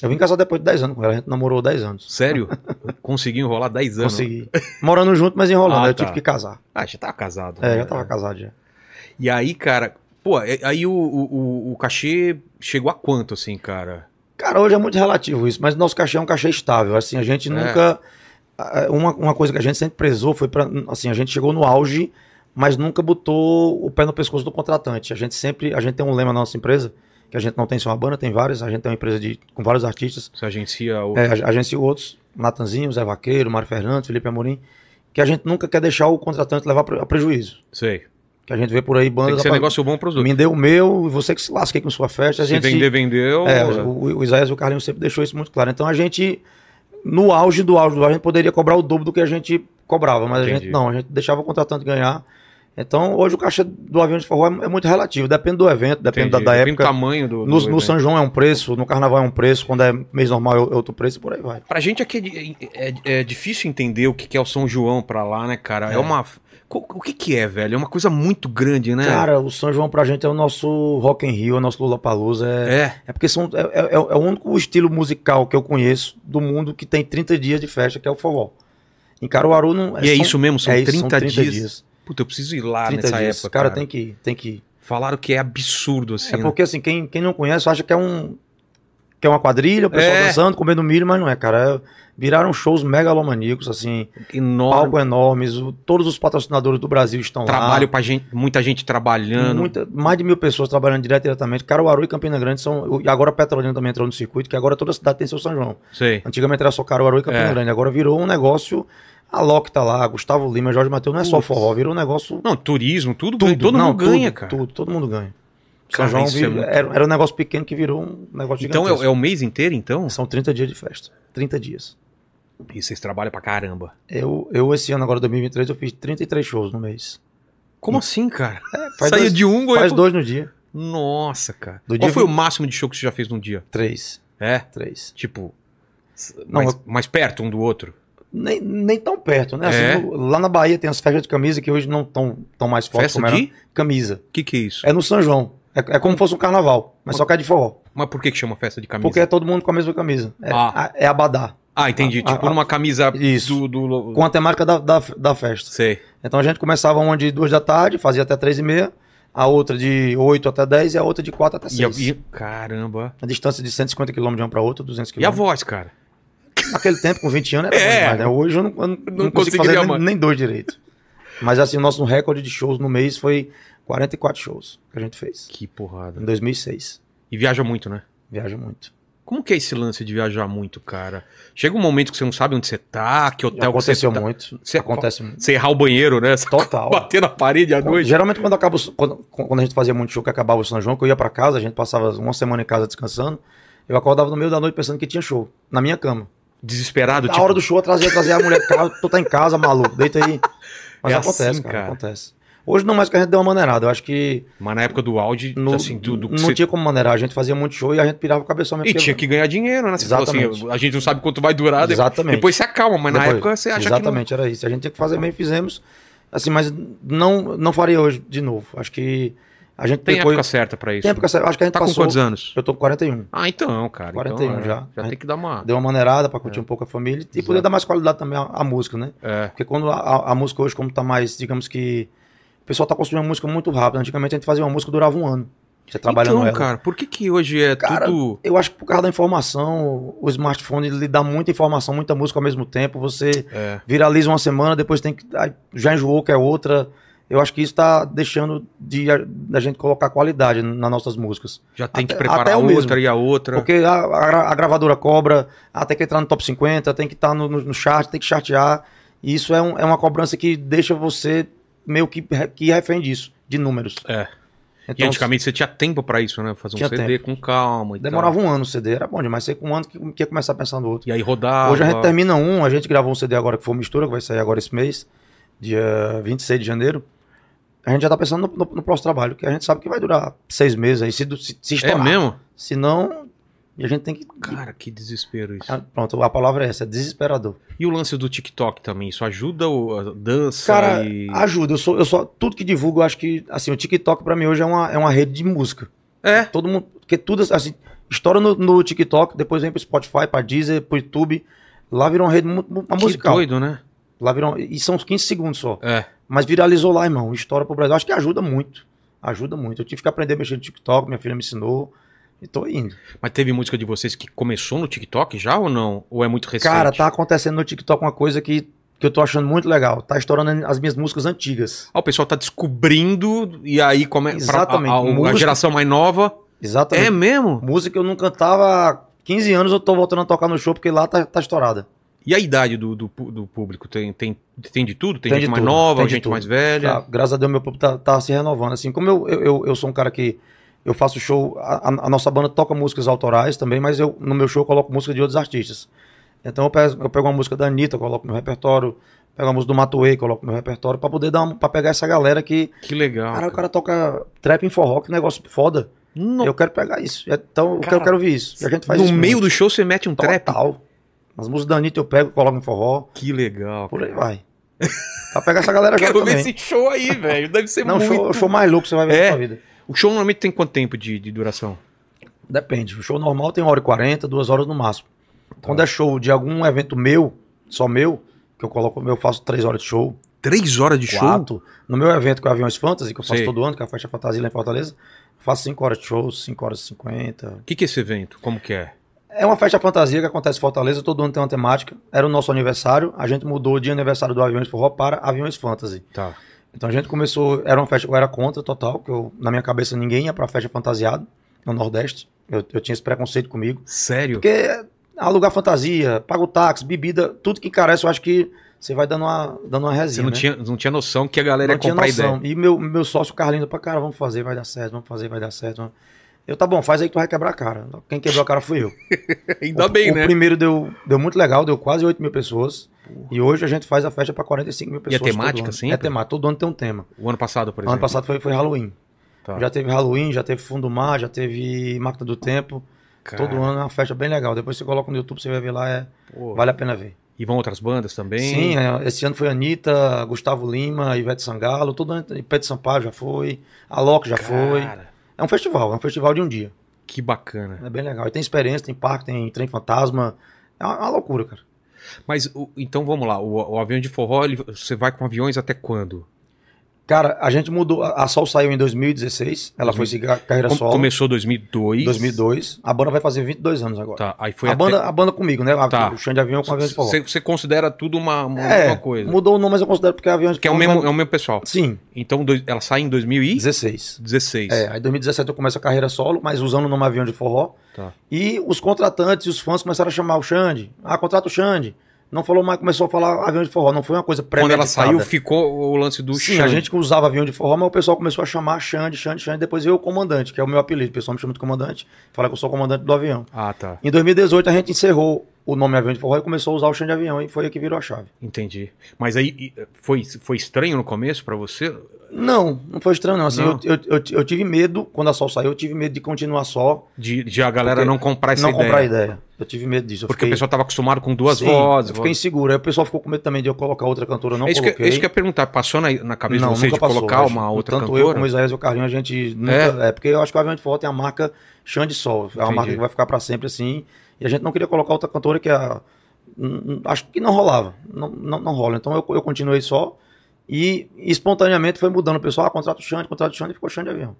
Eu vim casar depois de 10 anos com ela, a gente namorou 10 anos. Sério? Conseguiu enrolar 10 anos. Consegui. Morando junto, mas enrolando, Ah, eu tá. tive que casar. Ah, já tava casado. É, né? já tava casado já. E aí, cara, pô, é- aí o, o, o- o cachê chegou a quanto, assim, cara? Cara, hoje é muito relativo isso, mas nosso cachê é um cachê estável, assim, a gente É. nunca... ah, Uma, uma coisa que a gente sempre prezou foi pra... Assim, a gente chegou no auge, mas nunca botou o pé no pescoço do contratante. A gente sempre... A gente tem um lema na nossa empresa, que a gente não tem só uma banda, tem várias, a gente tem uma empresa de, com vários artistas, Você agencia o. É, ag- agencia outros, Natanzinho, Zé Vaqueiro, Mário Fernandes, Felipe Amorim, que a gente nunca quer deixar o contratante levar pre- a prejuízo. Sei. Que a gente vê por aí bandas. Tem que ser rapaz, negócio bom pros dois. Me deu o meu, e você que se lasque com sua festa. A Se gente, vender, vendeu. é, o, o Isaías e o Carlinhos sempre deixou isso muito claro. Então a gente, no auge do auge do auge, a gente poderia cobrar o dobro do que a gente cobrava, mas a Entendi. gente não, a gente deixava o contratante ganhar. Então hoje o caixa do avião de forró é, é muito relativo, depende do evento, depende da, da Depende época. do tamanho do. do No, no evento. São João é um preço, no Carnaval é um preço, quando é mês normal é outro preço, e por aí vai. Pra gente aqui é di- é, é- é difícil entender o que que é o São João pra lá, né, cara? É, É. uma. Co- O que que é, velho? É uma coisa muito grande, né? Cara, o São João pra gente é o nosso Rock in Rio, é o nosso Lollapalooza. É, é. é porque são, é, é- é o único estilo musical que eu conheço do mundo que tem 30 dias de festa, que é o forró. Em Caruaru não... E é são- isso mesmo, são, é 30, isso, são dias. Puta, eu preciso ir lá 30 nessa dias. época. cara, tem que ir, tem que ir. Falaram que é absurdo, assim. é né? porque assim, quem, quem não conhece acha que é um... Que é uma quadrilha, o pessoal É. dançando, comendo milho, mas não é, cara. É- viraram shows megalomaníacos, assim, Enorme. palco enormes, o- todos os patrocinadores do Brasil estão lá. Trabalho pra gente, muita gente trabalhando. Muita- mais de mil pessoas trabalhando direto e diretamente. Caruaru e Campina Grande são. E agora Petrolina também entrou no circuito, que agora toda cidade tem seu São João. Sei. Antigamente era só Caruaru e Campina É. Grande. Agora virou um negócio. A Loki tá lá, Gustavo Lima, Jorge Matheus, não é só Putz. forró, virou um negócio. Não, turismo, tudo, Tudo, todo não, mundo ganha, tudo, cara. Tudo, todo mundo ganha. Cara, São João isso vir- é muito- era, era um negócio pequeno que virou um negócio Então é, gigantesco. é o mês inteiro, então? São 30 dias de festa. 30 dias. E vocês trabalham pra caramba. Eu, eu, esse ano, agora 2023, eu fiz 33 shows no mês. Como assim, cara? É, Saiu dois, de um, ganhou. faz pro- dois no dia. Nossa, cara. Do Qual dia foi o vinte- máximo de show que você já fez num dia? Três. É? Três. Tipo. Não, mais, mais perto um do outro. Nem, nem tão perto, né? É. Assim, no- lá na Bahia tem as festas de camisa que hoje não estão tão mais fortes Festa como era. de? Camisa. O que, que é isso? É no São João. É, é como fosse um carnaval, mas só que é de forró. Mas por que, que chama festa de camisa? Porque é todo mundo com a mesma camisa. É, Ah. a- é abadá. Ah, entendi. Ah, tipo ah, numa camisa Isso. do. do... Com a temática da, da, da festa. Sei. Então a gente começava uma de duas da tarde, fazia até três e meia, a outra de oito até dez e a outra de quatro até E a... seis. e- Caramba. A distância de 150 km de uma para outra, 200 km. E a voz, cara? Naquele tempo, com 20 anos, era É. bom demais, né? Hoje eu não, eu não- não consigo conseguiria fazer nem, mais. nem dois direito. Mas assim, o nosso recorde de shows no mês foi 44 shows que a gente fez. Que Em porrada. 2006. E viaja muito, né? Viaja muito. Como que é esse lance de viajar muito, cara? Chega um momento que você não sabe onde você tá, que Já hotel que você aconteceu tá. muito. Você- Acontece muito. Você errar o banheiro, né? Você Total. Bater na parede à noite. Geralmente quando, acaba, o- quando, quando a gente fazia muito show, que acabava o São João, que eu ia pra casa, a gente passava uma semana em casa descansando, eu acordava no meio da noite pensando que tinha show, na minha cama. Desesperado, tipo, Na hora do show, eu trazia, trazia a mulher, cara, tu tá em casa, maluco, deita aí. Mas É acontece, assim, cara, cara. acontece. Hoje não mais que a gente deu uma maneirada. Eu acho que Mas na época do Audi, no- assim, do, do que não você- tinha como maneirar. A gente fazia muito show e a gente pirava o cabeção mesmo. E é porque- tinha que ganhar dinheiro, né? Você falou assim, Exatamente. a gente não sabe quanto vai durar, depois, Exatamente. depois você acalma, mas na Depois- época você acha Exatamente, era isso. A gente tinha que fazer bem, fizemos. Assim, mas não, não faria hoje de novo. Acho que a gente que não tem depois. época certa pra isso. tem época certa. Acho que a gente Tá com passou. quantos anos? Eu tô com 41. Ah, então, cara. 41 então, é, já. Já É. tem que dar uma... Deu uma maneirada pra curtir um pouco a família e poder É. Exato. dar mais qualidade também à, à música, né? É. Porque quando a- a, a música hoje, como tá mais, digamos que. O pessoal tá construindo música muito rápido. Antigamente a gente fazia uma música que durava um ano. Você trabalhando então, ela. cara, por que que hoje é Cara, tudo... Eu acho que por causa da informação, o smartphone ele dá muita informação, muita música ao mesmo tempo. Você É. viraliza uma semana, depois tem que. aí Já enjoou, quer outra. Eu acho que isso está deixando de da gente colocar qualidade nas nossas músicas. Já tem até- que preparar até eu outra mesmo. e a outra. Porque a, a- a gravadora cobra, ah, tem que entrar no top 50, tem que estar no, no, no chart, tem que chartear. E isso é, um- é uma cobrança que deixa você meio que, re- que refém disso, de números. É. Então, E antigamente você tinha tempo pra isso, né? Fazer um Tinha CD com calma e tal. Demorava um ano o CD, era bom demais. Você com um ano que, que ia começar a pensar no outro. E aí rodava. Hoje a gente termina um, a gente gravou um CD agora que foi mistura, que vai sair agora esse mês, dia 26 de janeiro. A gente já tá pensando no, no- no próximo trabalho, que a gente sabe que vai durar seis meses aí, se, du- se, se É estourar. mesmo? Se não, e a gente tem que... Cara, que desespero isso. Ah, Pronto, a palavra é essa, é desesperador. E o lance do TikTok também? Isso ajuda o- a dança Cara, e... ajuda, eu sou, eu sou... Tudo que divulgo, eu acho que, assim, o TikTok pra mim hoje é uma, é uma rede de música. É. Todo mundo. Porque tudo assim. Estoura no, no TikTok, depois vem pro Spotify, pra Deezer, pro YouTube. Lá virou uma rede mu- mu- uma Que musical. doido, né? Lá virou. E são uns 15 segundos só. É. Mas viralizou lá, irmão. Estoura pro Brasil. Acho que ajuda muito. Ajuda muito. Eu tive que aprender a mexer no TikTok, minha filha me ensinou. E tô indo. Mas teve música de vocês que começou no TikTok já ou não? Ou é muito recente? Cara, tá acontecendo no TikTok uma coisa que, que eu tô achando muito legal. Tá estourando as minhas músicas antigas. Ah, o pessoal tá descobrindo e aí começa Exatamente. a, Música- geração mais nova. É Exatamente. mesmo? Música eu não cantava há 15 anos, eu tô voltando a tocar no show, porque lá tá, tá estourada. E a idade do, do, pu- do público? Tem, tem, tem de tudo? Tem, Tem gente de mais tudo, nova, tem de gente tudo. mais velha? Tá, graças a Deus, meu público tá, tá se renovando. Assim, como eu, eu, eu, eu sou um cara que eu faço show, a, a- a nossa banda toca músicas autorais também, mas eu no meu show eu coloco música de outros artistas. Então eu pego, eu pego uma música da Anitta, eu coloco no repertório, pego a música do Matuei, coloco no repertório, pra poder dar uma, pra pegar essa galera que. Que legal. cara, o cara. cara toca trap em forró, que negócio foda. No, Eu quero pegar isso. Então, o que Cara, eu quero ver isso. E a gente faz no isso meio muito. do show você mete um trap? Total. As músicas da Anitta eu pego, coloco em forró, Que legal. por aí cara. vai. pra pegar essa galera já Quero ver também. esse show aí, velho. Deve ser Não, muito. show, show mais louco que você vai ver É. na sua vida. O show normalmente tem quanto tempo de, de duração? Depende. O show normal tem 1 hora e 40, 2 horas no máximo. Quando é show de algum evento meu, só meu, que eu coloco, eu faço 3 horas de show, Três horas de show? 4. No meu evento com Aviões Fantasy, que eu faço Sei. todo ano, que é a festa fantasia lá em Fortaleza, eu faço 5 horas de show, 5 horas e 50. O que, que é esse evento? Como que é? É uma festa fantasia que acontece em Fortaleza, todo ano tem uma temática. Era o nosso aniversário, a gente mudou o dia aniversário do Aviões Forró para Aviões Fantasy. Tá. Então a gente começou, era uma festa, eu era contra total, que eu, na minha cabeça ninguém ia pra festa fantasiado no Nordeste. Eu- eu tinha esse preconceito comigo. Sério? Porque alugar fantasia, paga o táxi, bebida, tudo que encarece, eu acho que você vai dando uma, dando uma Você resinha. não, né? tinha, não tinha noção que a galera ia Não tinha comprar noção. ideia. E meu, meu sócio Carlinho, pra cara, vamos fazer, vai dar certo, vamos fazer, vai dar certo. vamos." Eu, tá bom, faz aí que tu vai quebrar a cara. Quem quebrou a cara fui eu. Ainda o, bem, o né? primeiro deu, deu muito legal, deu quase 8 mil pessoas. E hoje a gente faz a festa pra 45 E mil é pessoas. temática todo ano. sempre? é. É temática, todo ano tem um tema. O ano passado, por exemplo. Ano passado foi, foi Halloween. Tá. Já teve Halloween, já teve Fundo Mar, já teve Máquina do Tempo. Cara, Todo ano é uma festa bem legal. Depois você coloca no YouTube, você vai ver lá, é, pô. vale a pena ver. E vão outras bandas também? Sim, é, esse ano foi Anitta, Gustavo Lima, Ivete Sangalo, todo ano, Pedro Sampaio já foi, Alok já foi. Cara, É um festival, é um festival de um dia. que bacana. É bem legal. E tem experiência, tem parque, tem trem fantasma. É uma, uma loucura, cara. Mas, o- então vamos lá. O, o avião de forró, ele- você vai com aviões até quando? Cara, a gente mudou. A a Sol saiu em 2016. Ela foi seguir a carreira Com- solo. começou 2002. em 2002. A banda vai fazer 22 anos agora. Tá, aí foi a, até... banda, a banda comigo, né? A- Tá. O chão de avião com a avião de forró. Você você considera tudo uma, uma É, mesma coisa. mudou o nome, mas eu considero porque é avião de Que é o forró, mesmo, mas- é o mesmo pessoal. Sim, Então dois- ela sai em 2016. 16. É, aí em 2017 eu começo a carreira solo, mas usando o nome Avião de Forró. Tá. E os contratantes e os fãs começaram a chamar o Xande. Ah, contrata o Xande. Não falou mais, começou a falar Avião de Forró. Não foi uma coisa Quando premeditada. ela saiu, ficou o lance do Sim, Xande. a gente que usava Avião de Forró, mas o pessoal começou a chamar Xande, Xande, Xande. Depois veio o Comandante, que é o meu apelido. O pessoal me chama de Comandante. Fala que eu sou o Comandante do avião. Ah, tá. Em 2018 a gente encerrou o nome Avião de Forró e começou a usar o Xande Avião. E foi aí que virou a chave. eh, Entendi. Mas aí e, foi, foi estranho no começo pra você? Não, não foi estranho, não. Assim, Não. Eu, eu, eu, eu tive medo, quando a Sol saiu, eu tive medo de continuar só, De, de a galera Porque não comprar essa não ideia. comprar ideia. Eu tive medo disso. eu Porque o fiquei- pessoal tava acostumado com duas Sim, vozes. Eu fiquei vozes. inseguro. Aí o pessoal ficou com medo também de eu colocar outra cantora, eu não é, isso que, coloquei. é isso que eu ia perguntar. Passou na, na cabeça de vocês de colocar acho. uma outra Tanto eu cantora? como o Isaías e o Carlinho, a gente nunca... É. porque eu acho que o Avião de Forró tem a marca Chão de Sol. É uma Entendi. marca que vai ficar pra sempre assim. E a gente não queria colocar outra cantora que a... n- n- Acho que não rolava. Não, não, não rola. Então eu, eu continuei só. E espontaneamente foi mudando. O pessoal, ah, contrata o Xande, contrata o Xande, e ficou Xande Avião.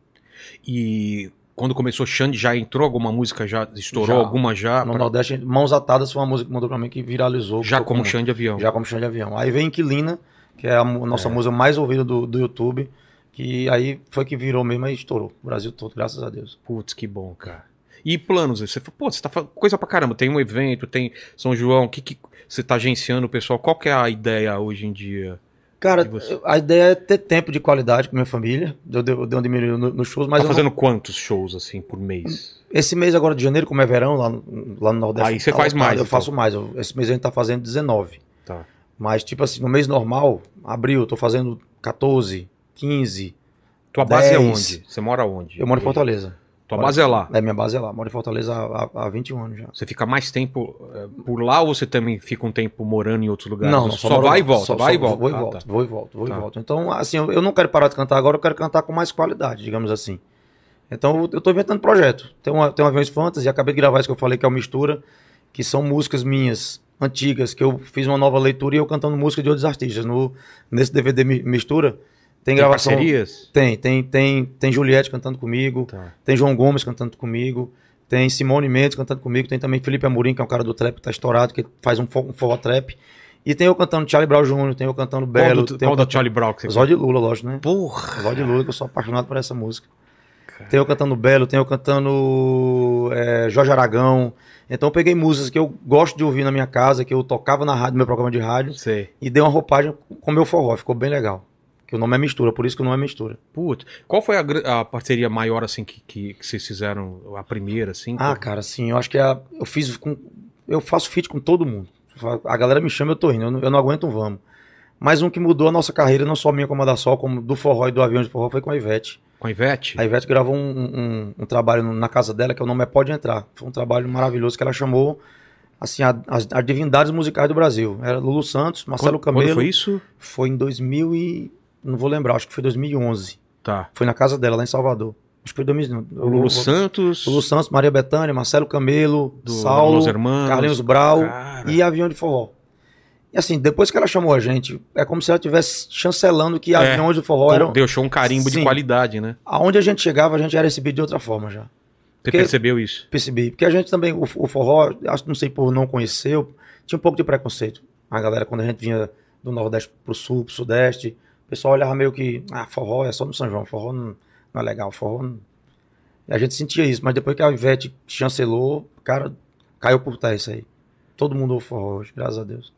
E quando começou Xande, já entrou alguma música? Já estourou Já. alguma já? no Ah, pra- Nordeste, Mãos Atadas foi uma música que mandou pra mim que viralizou. já ficou como com- Xande Avião. Já como chão de avião. Aí vem Inquilina, que é a mu- nossa música mais ouvida do, do YouTube, que aí foi que virou mesmo e estourou. O Brasil todo, graças a Deus. Putz, que bom, cara. E planos? Você fala, pô, você tá falando coisa pra caramba. Tem um evento, tem São João. O que, que você tá agenciando o pessoal? Qual que é a ideia hoje em dia? Cara, E você? eu- a ideia é ter tempo de qualidade com minha família. Eu dei, eu dei uma diminuída no- nos shows, mas tá eu não- fazendo quantos shows, assim, por mês? esse mês agora de janeiro, como é verão, lá no, lá no Nordeste. Aí você tá faz lotado, mais, Eu então. faço mais. Eu- esse mês a gente tá fazendo 19. Tá. Mas, tipo assim, no mês normal, abril, eu tô fazendo 14, 15. Tua base é Dez. onde? Você mora onde? Eu moro em Fortaleza. Tua base é lá. É, minha base é lá. Moro em Fortaleza há, há- há 21 anos já. Você fica mais tempo eh, por lá ou você também fica um tempo morando em outros lugares? Não, só, moro- vai e volta, só- vai só e volta. Vou e Ah, volto, tá. vou e volto, vou Tá. e volto. Então, assim, eu, eu não quero parar de cantar agora, eu quero cantar com mais qualidade, digamos assim. Então, eu- eu tô inventando projeto. Tem uma, tem uma Aviões Fantasy, acabei de gravar isso que eu falei, que é o Mistura, que são músicas minhas, antigas, que eu fiz uma nova leitura e eu cantando música de outros artistas. No, nesse DVD Mi- Mistura, tem, Tem gravação... parcerias? Tem, tem, tem, tem Juliette cantando comigo, Tá. tem João Gomes cantando comigo, tem Simone Mendes cantando comigo, tem também Felipe Amorim, que é um cara do trap que tá estourado, que faz um fo- um forró trap. E tem eu cantando Charlie Brown Jr., tem eu cantando Belo, qual do, tem qual eu da cantando... Charlie Brown que você Zó de Lula, lógico, né? Porra! Zó de Lula, que eu sou apaixonado por essa música. Tem eu cantando Belo, tem eu cantando é, Jorge Aragão. Então eu peguei músicas que eu gosto de ouvir na minha casa, que eu tocava na rádio, no meu programa de rádio, Sei. e dei uma roupagem com o meu forró, ficou bem legal. Que o nome é mistura, por isso que o nome é mistura. Putz. Qual foi a, gra- a parceria maior, assim, que, que, que vocês fizeram? A primeira, assim? Ah, com- cara, sim, eu acho que a- eu fiz com. Eu faço feat com todo mundo. A galera me chama, eu tô indo. Eu não, eu não aguento um vamos. Mas um que mudou a nossa carreira, não só minha como a da Sol, como do forró e do avião de forró, foi com a Ivete. com a Ivete? A Ivete gravou um, um- um trabalho no- na casa dela, que o nome é Pode Entrar. Foi um trabalho maravilhoso que ela chamou assim, a- as, as divindades musicais do Brasil. Era Lulu Santos, Marcelo quando, Camelo. quando foi isso? Foi em 2000 e... Não vou lembrar, acho que foi 2011. Tá. Foi na casa dela, lá em Salvador. Acho que foi 2011. O Lulu Santos, Lulu Santos, Maria Bethânia, Marcelo Camelo, do Saulo, Los Hermanos. Carlinhos Brau Cara, e Avião de Forró. E assim, depois que ela chamou a gente, é como se ela estivesse chancelando que É. Aviões de Forró pô, eram. Deixou um carimbo de Sim. qualidade, né? Aonde a gente chegava, a gente era recebido de outra forma já. Você Porque- percebeu isso? Percebi. Porque a gente também, o, o forró, acho que não sei por não conheceu, tinha um pouco de preconceito. A galera, quando a gente vinha do Nordeste pro Sul, pro Sudeste, o pessoal olhava meio que, ah, forró é só no São João, forró não, não é legal, forró não... E a gente sentia isso, mas depois que a Ivete chancelou, cara, caiu por terra isso aí. Todo mundo ouve forró hoje, graças a Deus.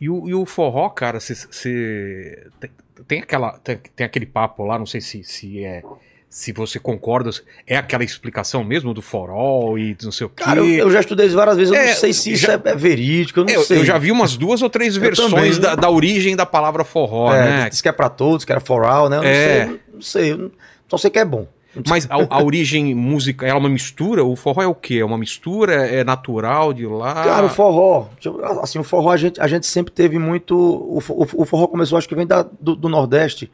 E o, e o forró, cara, você- você. Tem, tem aquela, tem, tem aquele papo lá, não sei se, se é. Se você concorda, é aquela explicação mesmo do forró e não sei o quê. Cara, eu, eu já estudei isso várias vezes, eu É, não sei se já- isso é, é verídico, eu não É, eu, sei. eu já vi umas duas ou três Eu versões da, também. da origem da palavra forró, é, né? Diz que é pra todos, que era for all, né? Eu É. não sei, eu não sei, eu não- só sei que é bom. Mas a, a origem música, ela é uma mistura? O forró é o quê? É uma mistura? É natural de lá? Cara, o forró, tipo, assim, o forró a gente, a gente sempre teve muito, o, fo- o forró começou, acho que vem da- do, do Nordeste,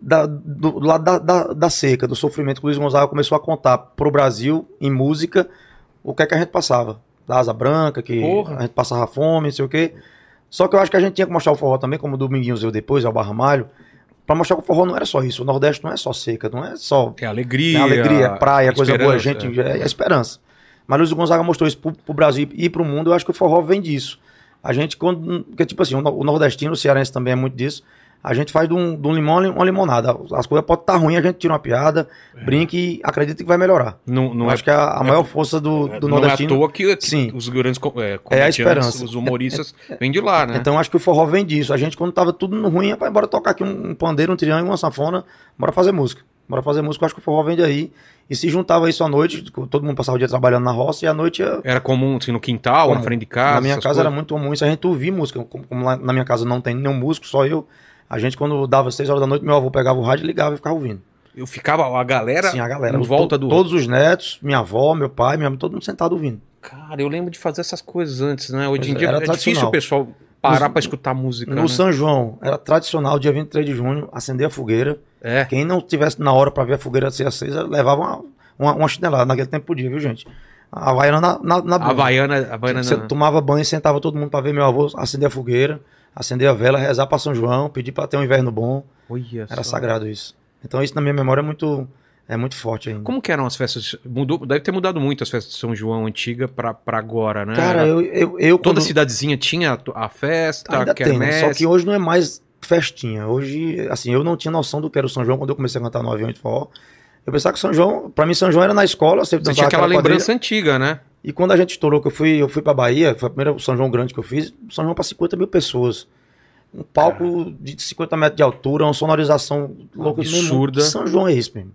da, do, do lado da, da, da seca, do sofrimento que o Luiz Gonzaga começou a contar pro Brasil, em música, o que é que a gente passava, da Asa Branca, que Porra. a gente passava fome, não sei o quê, só que eu acho que a gente tinha que mostrar o forró também, como o Dominguinhos veio depois, é o Barramalho, pra mostrar que o forró não era só isso, o Nordeste não é só seca, não é só É alegria. é alegria, é praia, coisa boa, esperança, gente, é, é esperança. Mas Luiz Gonzaga mostrou isso pro, pro Brasil e pro mundo, eu acho que o forró vem disso. A gente, quando, porque, tipo assim, o no- o nordestino, o cearense também é muito disso, a gente faz de um, de um limão uma limonada. As coisas podem estar ruins, a gente tira uma piada, brinca e acredita que vai melhorar. É. Não, não eu é, acho que a, a maior força do, do não é à nordestino... toa que, que Sim. os grandes co- é, esperança. os humoristas, vêm de lá, né? Então eu acho que o forró vem disso. A gente, quando tava tudo no ruim, rapaz, bora tocar aqui um, um pandeiro, um triângulo, uma sanfona, bora fazer música. Bora fazer música, eu acho que o forró vem daí. E se juntava isso à noite, todo mundo passava o dia trabalhando na roça e à noite ia Era comum, assim, no quintal, Como? na frente de casa. na minha essas casa era coisas. muito comum isso, a gente ouvia música. Como, como lá na minha casa não tem nenhum músico, só eu. A gente, quando dava seis horas da noite, meu avô pegava o rádio, ligava e ficava ouvindo. Eu ficava, a galera. Sim, a galera. em os- volta to- do- Todos os netos, minha avó, meu pai, minha mãe, todo mundo sentado ouvindo. Cara, eu lembro de fazer essas coisas antes, né? Hoje em Pois é, dia era é difícil tradicional. o pessoal parar No- pra escutar música. No né? São João, era tradicional, dia 23 de junho, acender a fogueira. É. Quem não tivesse na hora pra ver a fogueira ser acesa, levava uma, uma, uma chinelada. Naquele tempo podia, viu, gente? A Havaiana na, na, na bunda. A baiana, a baiana Você na- tomava banho, sentava todo mundo pra ver meu avô acender a fogueira, acender a vela, rezar pra São João, pedir pra ter um inverno bom. Olha Era só. sagrado isso. Então isso na minha memória é muito, é muito forte ainda. Como que eram as festas? Mudou, deve ter mudado muito as festas de São João antiga pra, pra agora, né? Cara, Era- eu, eu, eu Toda quando- cidadezinha tinha a, a festa, Ainda a tem, né? quermesse. Só que hoje não é mais festinha. Hoje, assim, eu não tinha noção do que era o São João quando eu comecei a cantar no avião de forró. Eu pensava que São João, pra mim São João era na escola, sempre Você dançava tinha aquela quadrilha. lembrança antiga, né? E quando a gente estourou, que eu fui, eu fui pra Bahia, foi a primeira São João grande que eu fiz, São João pra 50 mil pessoas. Um É. palco de 50 metros de altura, uma sonorização louca. meu irmão, Absurda. que São João é isso mesmo.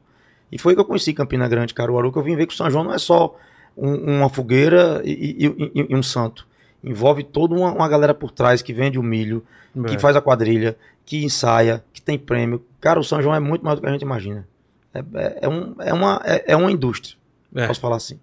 E foi que eu conheci Campina Grande, Caruaru, que eu vim ver que o São João não é só um- uma fogueira e, e- e- e um santo. Envolve toda uma, uma galera por trás que vende o milho, É. que faz a quadrilha, que ensaia, que tem prêmio. Cara, o São João é muito mais do que a gente imagina. É, é- é um- é uma, é- é uma indústria, É. posso falar assim.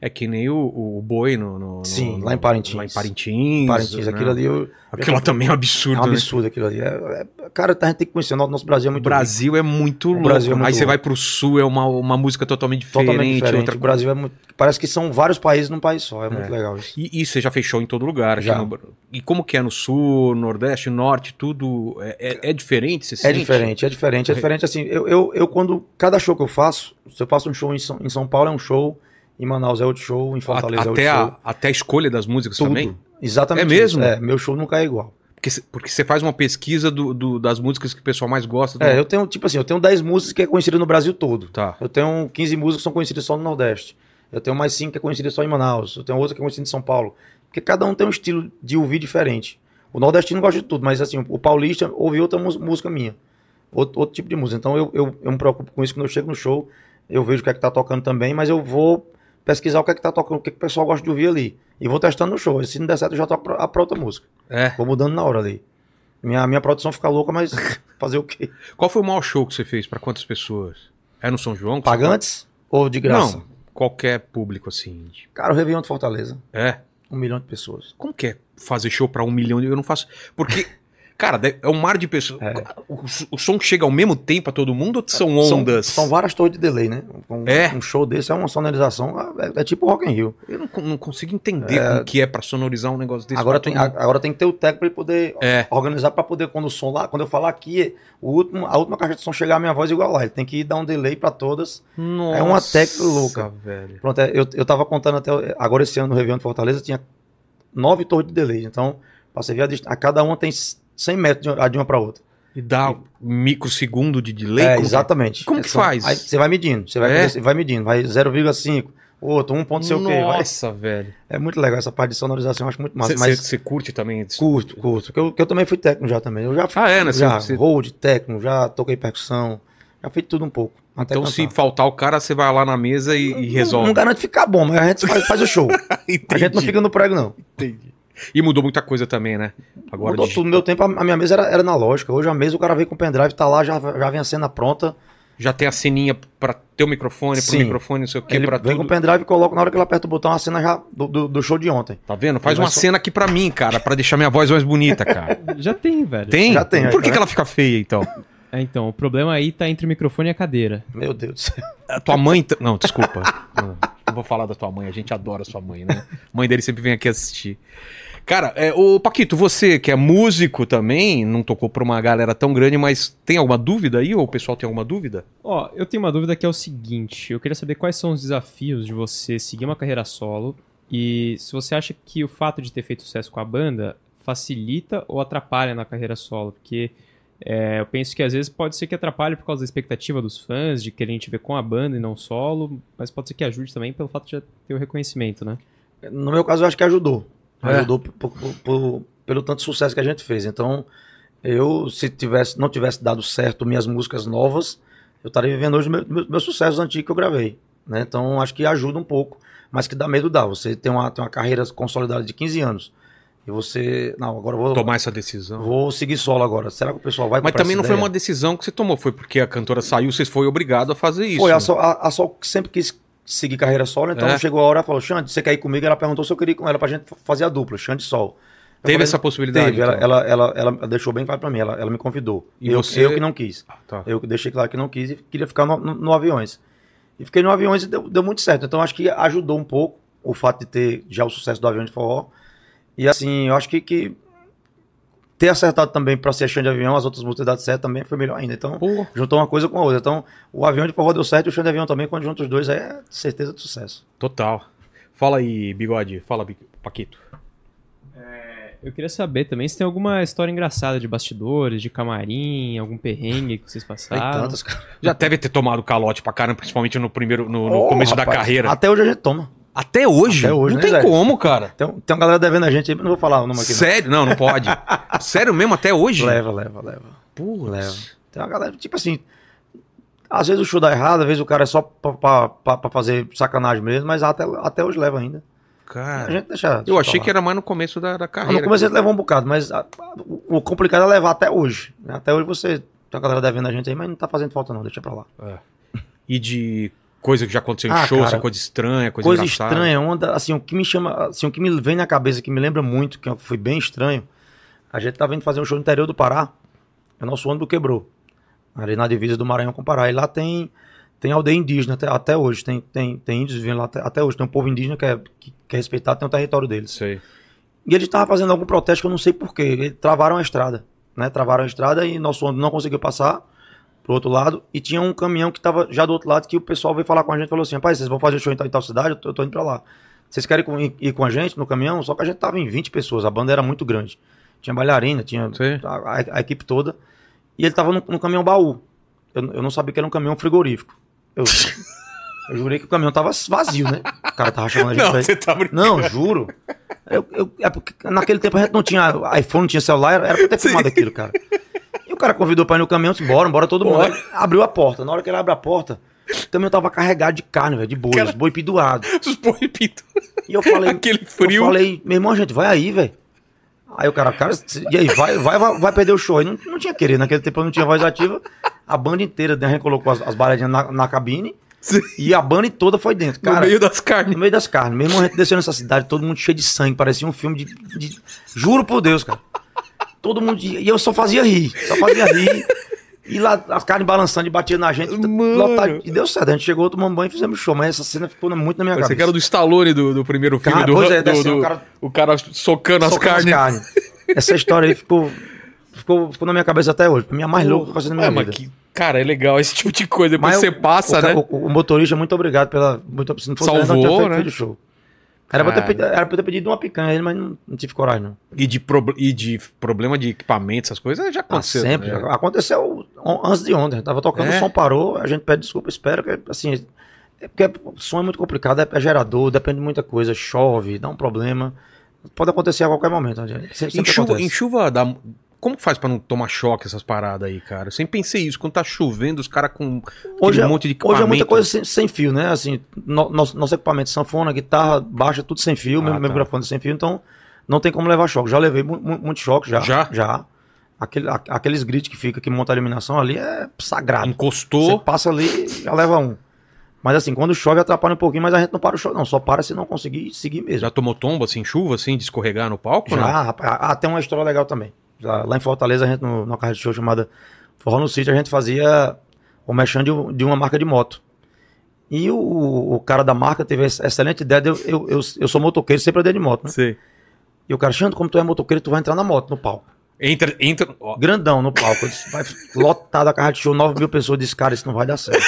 É que nem o, o boi no, no- no- Sim, no- lá em Parintins. Lá em Parintins. Parintins, né? aquilo ali eu- Aquilo lá também é um absurdo. é um né? absurdo aquilo ali. É- é- cara, a gente tem que conhecer, o nosso Brasil é O muito Brasil é muito O louco. Brasil é muito Aí você louco. vai pro sul, é uma, uma música totalmente rico, diferente. totalmente diferente. outra O Brasil é muito, parece que são vários países num país só, é, É. muito legal isso. E, e você já fechou em todo lugar. aqui Já. no- E como que é no sul, nordeste, norte, tudo é, é- é diferente? Você É sente? diferente, é diferente, é diferente assim. Eu, eu, eu quando cada show que eu faço, se eu faço um show em São, em São Paulo é um show, em Manaus é outro show, em A- Fortaleza é outro até, show. a, até a escolha das músicas Tudo. também? Exatamente. É mesmo? isso. É, meu show nunca é igual. Porque, cê- porque você faz uma pesquisa do, do- das músicas que o pessoal mais gosta. do- É, eu tenho, tipo assim, eu tenho 10 músicas que é conhecida no Brasil todo. Tá. Eu tenho 15 músicas que são conhecidas só no Nordeste. Eu tenho mais 5 que é conhecida só em Manaus. Eu tenho outra que é conhecida em São Paulo. Porque cada um tem um estilo de ouvir diferente. O nordestino gosta de tudo, mas assim, o paulista ouve outra mus- música minha. Outro, outro tipo de música. Então eu, eu, eu me preocupo com isso quando eu chego no show. Eu vejo o que é que tá tocando também, mas eu vou pesquisar o que é que tá tocando, o que, é que o pessoal gosta de ouvir ali. E vou testando no show. E se não der certo, eu já toco pra, pra outra música. É. Vou mudando na hora ali. Minha, minha produção fica louca, mas fazer o quê? Qual foi o maior show que você fez? Pra quantas pessoas? É no São João? que você Pagantes ou de foi? graça? Não, qualquer público assim. de- Cara, o Réveillon de Fortaleza. É. Um milhão de pessoas. Como que é fazer show pra um milhão? de- Eu não faço. Porque, cara, deve- é um mar de pessoas. É. O, o som chega ao mesmo tempo a todo mundo ou são São- ondas? São, várias torres de delay, né? Um, É. um show desse é uma sonorização. É, é tipo Rock in Rio. Eu não, con- não consigo entender o que é pra sonorizar um negócio desse. agora, pra tem, todo mundo. a- agora tem que ter o técnico pra ele poder É. organizar pra poder, quando o som lá, quando eu falar aqui, o último, a última caixa de som chegar a minha voz é igual lá. Ele tem que dar um delay pra todas. Nossa, é uma técnica louca. velho. Pronto, é, eu, eu tava contando até. Agora esse ano no Réveillon de Fortaleza tinha nove torres de delay. Então, pra você ver, a, dist- a cada uma tem 100 metros de, uma- de uma pra outra. E dá microsegundo de delay? É, como que- exatamente. como que São- faz? Aí você vai medindo, você vai, É? você vai medindo, vai 0,5, outro, um ponto, sei o quê. vai- Nossa, velho. É muito legal essa parte de sonorização, eu acho muito massa. Você mas curte também? isso? curto, curto. Que eu, que eu também fui técnico já também. Eu já Ah, é, né? Cê- já cê- hold, técnico, já toquei percussão, já fiz tudo um pouco. até Então, cantar. se faltar o cara, você vai lá na mesa e, e Não- resolve. Não, garante ficar bom, mas a gente faz, faz o show. a gente não Entendi, fica no prego, não. entendi. E mudou muita coisa também, né? Agora Mudou digi- tudo. No meu tempo, a a minha mesa era, era analógica. Hoje a mesa, o cara vem com o pendrive, tá lá, já, já vem a cena pronta. já tem a ceninha pra ter o microfone, pro Sim. microfone, não sei o quê, ele É pra vem tudo. com o pendrive e coloca, na hora que ele aperta o botão, a cena já do, do- do show de ontem. Tá vendo? Faz Ele uma vai só- cena aqui pra mim, cara, pra deixar minha voz mais bonita, cara. Já tem, velho. Tem? Já tem, Por que, né? que ela fica feia, então? É, então, o problema aí tá entre o microfone e a cadeira. Meu Deus do céu. A tua mãe. ta- Não, desculpa. Não, não vou falar da tua mãe. A gente adora sua mãe, né? Mãe dele sempre vem aqui assistir. Cara, é, ô Paquito, você que é músico também, não tocou pra uma galera tão grande, mas tem alguma dúvida aí? Ou o pessoal tem alguma dúvida? Ó, eu tenho uma dúvida que é o seguinte: eu queria saber quais são os desafios de você seguir uma carreira solo e se você acha que o fato de ter feito sucesso com a banda facilita ou atrapalha na carreira solo, porque é, eu penso que às vezes pode ser que atrapalhe por causa da expectativa dos fãs, de quererem te ver com a banda e não solo, mas pode ser que ajude também pelo fato de já ter o reconhecimento, né? No meu caso, eu acho que ajudou. É. Ajudou p- p- p- pelo tanto sucesso que a gente fez. Então, eu, se tivesse, não tivesse dado certo minhas músicas novas, eu estaria vivendo hoje meu- meu- meus sucessos antigos que eu gravei. né? Então, acho que ajuda um pouco, mas que dá medo dá. Você tem uma, tem uma carreira consolidada de 15 anos. E você. Não, agora eu vou. Tomar essa decisão. Vou seguir solo agora. Será que o pessoal vai Mas comprar também essa não foi ideia? uma decisão que você tomou, foi porque a cantora saiu, vocês foram obrigados a fazer isso. Foi, a né? Sol, a, a Sol sempre quis seguir carreira solo, então É. chegou a hora, falou, Xande, você quer ir comigo? Ela perguntou se eu queria ir com ela pra gente fazer a dupla, Xande e Sol. Eu Teve falei, essa possibilidade. Teve, ela, então? ela, ela, ela deixou bem claro pra mim, ela, ela me convidou. E eu, você- eu que não quis. Ah, tá. Eu que deixei claro que não quis e queria ficar no, no, no aviões. E fiquei no aviões e deu, deu muito certo. Então acho que ajudou um pouco o fato de ter já o sucesso do avião de forró. E assim, eu acho que, que ter acertado também pra ser Xande de Avião, as outras músicas dado certo também foi melhor ainda. Então Pô, juntou uma coisa com a outra. Então o avião de forró deu certo e o Xande de Avião também. Quando junta os dois, aí é certeza de sucesso. total. Fala aí, bigode. Fala, Bi- Paquito. Eu queria saber também se tem alguma história engraçada de bastidores, de camarim, algum perrengue que vocês Tem passaram. tantas, cara. Já deve ter tomado calote pra caramba, principalmente no primeiro, no, no Ô, começo da rapaz, carreira. Até hoje a gente toma. Até hoje? Até hoje, não né, tem Zé? como, cara. Tem, um, tem uma galera devendo a gente, aí, mas não vou falar o nome aqui. não. Sério? Não, não pode. Sério mesmo, até hoje? Leva, leva, leva. Pô, Leva. Tem uma galera, tipo assim. Às vezes o show dá errado, às vezes o cara é só pra, pra- pra- pra fazer sacanagem mesmo, mas até, até hoje leva ainda. A Cara. gente É, deixa. Ah. Eu achei que era mais no começo da, da carreira. No começo a gente levou um bocado, mas a- a- o complicado é levar até hoje. né? Até hoje você. Tem uma galera devendo a gente aí, mas não tá fazendo falta não, deixa pra lá. E de coisa que já aconteceu em Ah, show, cara. essa coisa estranha, coisa, coisa engraçada. estranha, onda, assim, o que me chama, assim, o que me vem na cabeça, que me lembra muito, que foi bem estranho, a gente tava indo fazer um show no interior do Pará, e o nosso ônibus quebrou, ali na divisa do Maranhão com o Pará, e lá tem, tem aldeia indígena até, até hoje, tem, tem, tem índios vivendo lá até, até hoje, tem um povo indígena que é, que, que é respeitado, tem o território deles. Sei. E eles estavam fazendo algum protesto que eu não sei porquê. Eles travaram a estrada. Né? Travaram a estrada e nosso ônibus não conseguiu passar pro outro lado. E tinha um caminhão que estava já do outro lado que o pessoal veio falar com a gente e falou assim: rapaz, vocês vão fazer show em tal, em tal cidade? Eu tô, eu tô indo pra lá. Vocês querem com- ir, ir com a gente no caminhão? Só que a gente tava em 20 pessoas, a banda era muito grande. Tinha bailarina, tinha Sim. a, a- a equipe toda. E ele tava num, num caminhão baú. Eu, eu não sabia que era um caminhão frigorífico. Eu, eu jurei que o caminhão tava vazio, né? O cara tava chamando a gente Não, pra ir. você tá brincando. Não, juro. Eu- eu- é porque naquele tempo a gente não tinha iPhone, não tinha celular, era, era pra ter filmado aquilo, cara. E o cara convidou pra ir no caminhão, disse, bora, bora todo mundo. Bora. Aí Abriu a porta. Na hora que ele abre a porta, o caminhão tava carregado de carne, velho, de boi, Cara. os boi pidoado. Os boi pinto. E eu falei, Aquele frio. eu falei, meu irmão, gente, vai aí, velho. Aí o cara, cara, se- e aí, vai, vai, vai, vai perder o show. Aí não, não tinha querido, naquele tempo eu não tinha voz ativa. A banda inteira, né, a gente colocou as, as baladinhas na, na cabine Sim. e a banda toda foi dentro. Cara, no meio das no carnes. meio das carnes. Mesmo a gente desceu nessa cidade, todo mundo cheio de sangue, parecia um filme de. de- Juro por Deus, cara. Todo mundo. de- E eu só fazia rir. Só fazia rir. E lá as carnes balançando e batia na gente. Mano. lotado. E deu certo. A gente chegou, tomamos banho e fizemos show. Mas essa cena ficou na- muito na minha Você que era cabeça. do Stallone do, do primeiro filme Cara, do, pois é, do, deve ser, do- o cara- o cara socando as Só com as carnes. Essa história aí ficou, ficou, ficou na minha cabeça até hoje. Pra mim é a mais louca que eu passei na minha É, vida. mas que, cara, é legal esse tipo de coisa. Depois Mas você o- passa, o, ca- né? O, o motorista, muito obrigado pela. Muito, se não fosse ele, não Salvou, tinha feito, né? feito o show. Era pra, ter, Cara. pedi- era pra eu ter pedido uma picanha, a ele, mas não, não tive coragem, não. E de, prob- e de problema de equipamento, essas coisas, já Ah, aconteceu. sempre. né? Aconteceu on- antes de ontem. Eu tava tocando, É? o som parou, a gente pede desculpa, espera que assim. É porque o som é muito complicado, é, é gerador, depende de muita coisa, chove, dá um problema. Pode acontecer a qualquer momento. né, gente? Sempre, Em sempre chuva, acontece. em chuva dá. Como que faz pra não tomar choque essas paradas aí, cara? Eu sempre pensei isso. Quando tá chovendo, os caras com Hoje aquele é- monte de equipamento. Hoje é muita coisa sem, sem fio, né? Assim, no- nosso, nosso equipamento, sanfona, guitarra, baixa, tudo sem fio, Ah, meu, meu tá. microfone sem fio, então não tem como levar choque. Já levei mu- mu- muito choque, já. Já? Já. Aquele, a- aqueles grids que fica, que monta a iluminação ali, é sagrado. Você Encostou. passa ali já leva um. Mas assim, quando chove atrapalha um pouquinho, mas a gente não para o show, não. Só para se não conseguir seguir mesmo. Já né? tomou tomba, assim, chuva, assim, de escorregar no palco? Já, Não? rapaz. Ah, tem uma história legal também. Já lá em Fortaleza, a gente, no- numa casa de show chamada Forró no Sítio, a gente fazia o merchan de, um- de uma marca de moto. E o, o cara da marca teve essa excelente ideia. de eu, eu, eu, eu sou motoqueiro, sempre andei de moto, né? Sei. E o cara, Xandro, como tu é motoqueiro, tu vai entrar na moto, no palco. Entra, entra. ó, Grandão no palco. Eu disse, Vai lotado a casa de show, 9 mil pessoas. Eu Disse, cara, isso não vai dar certo.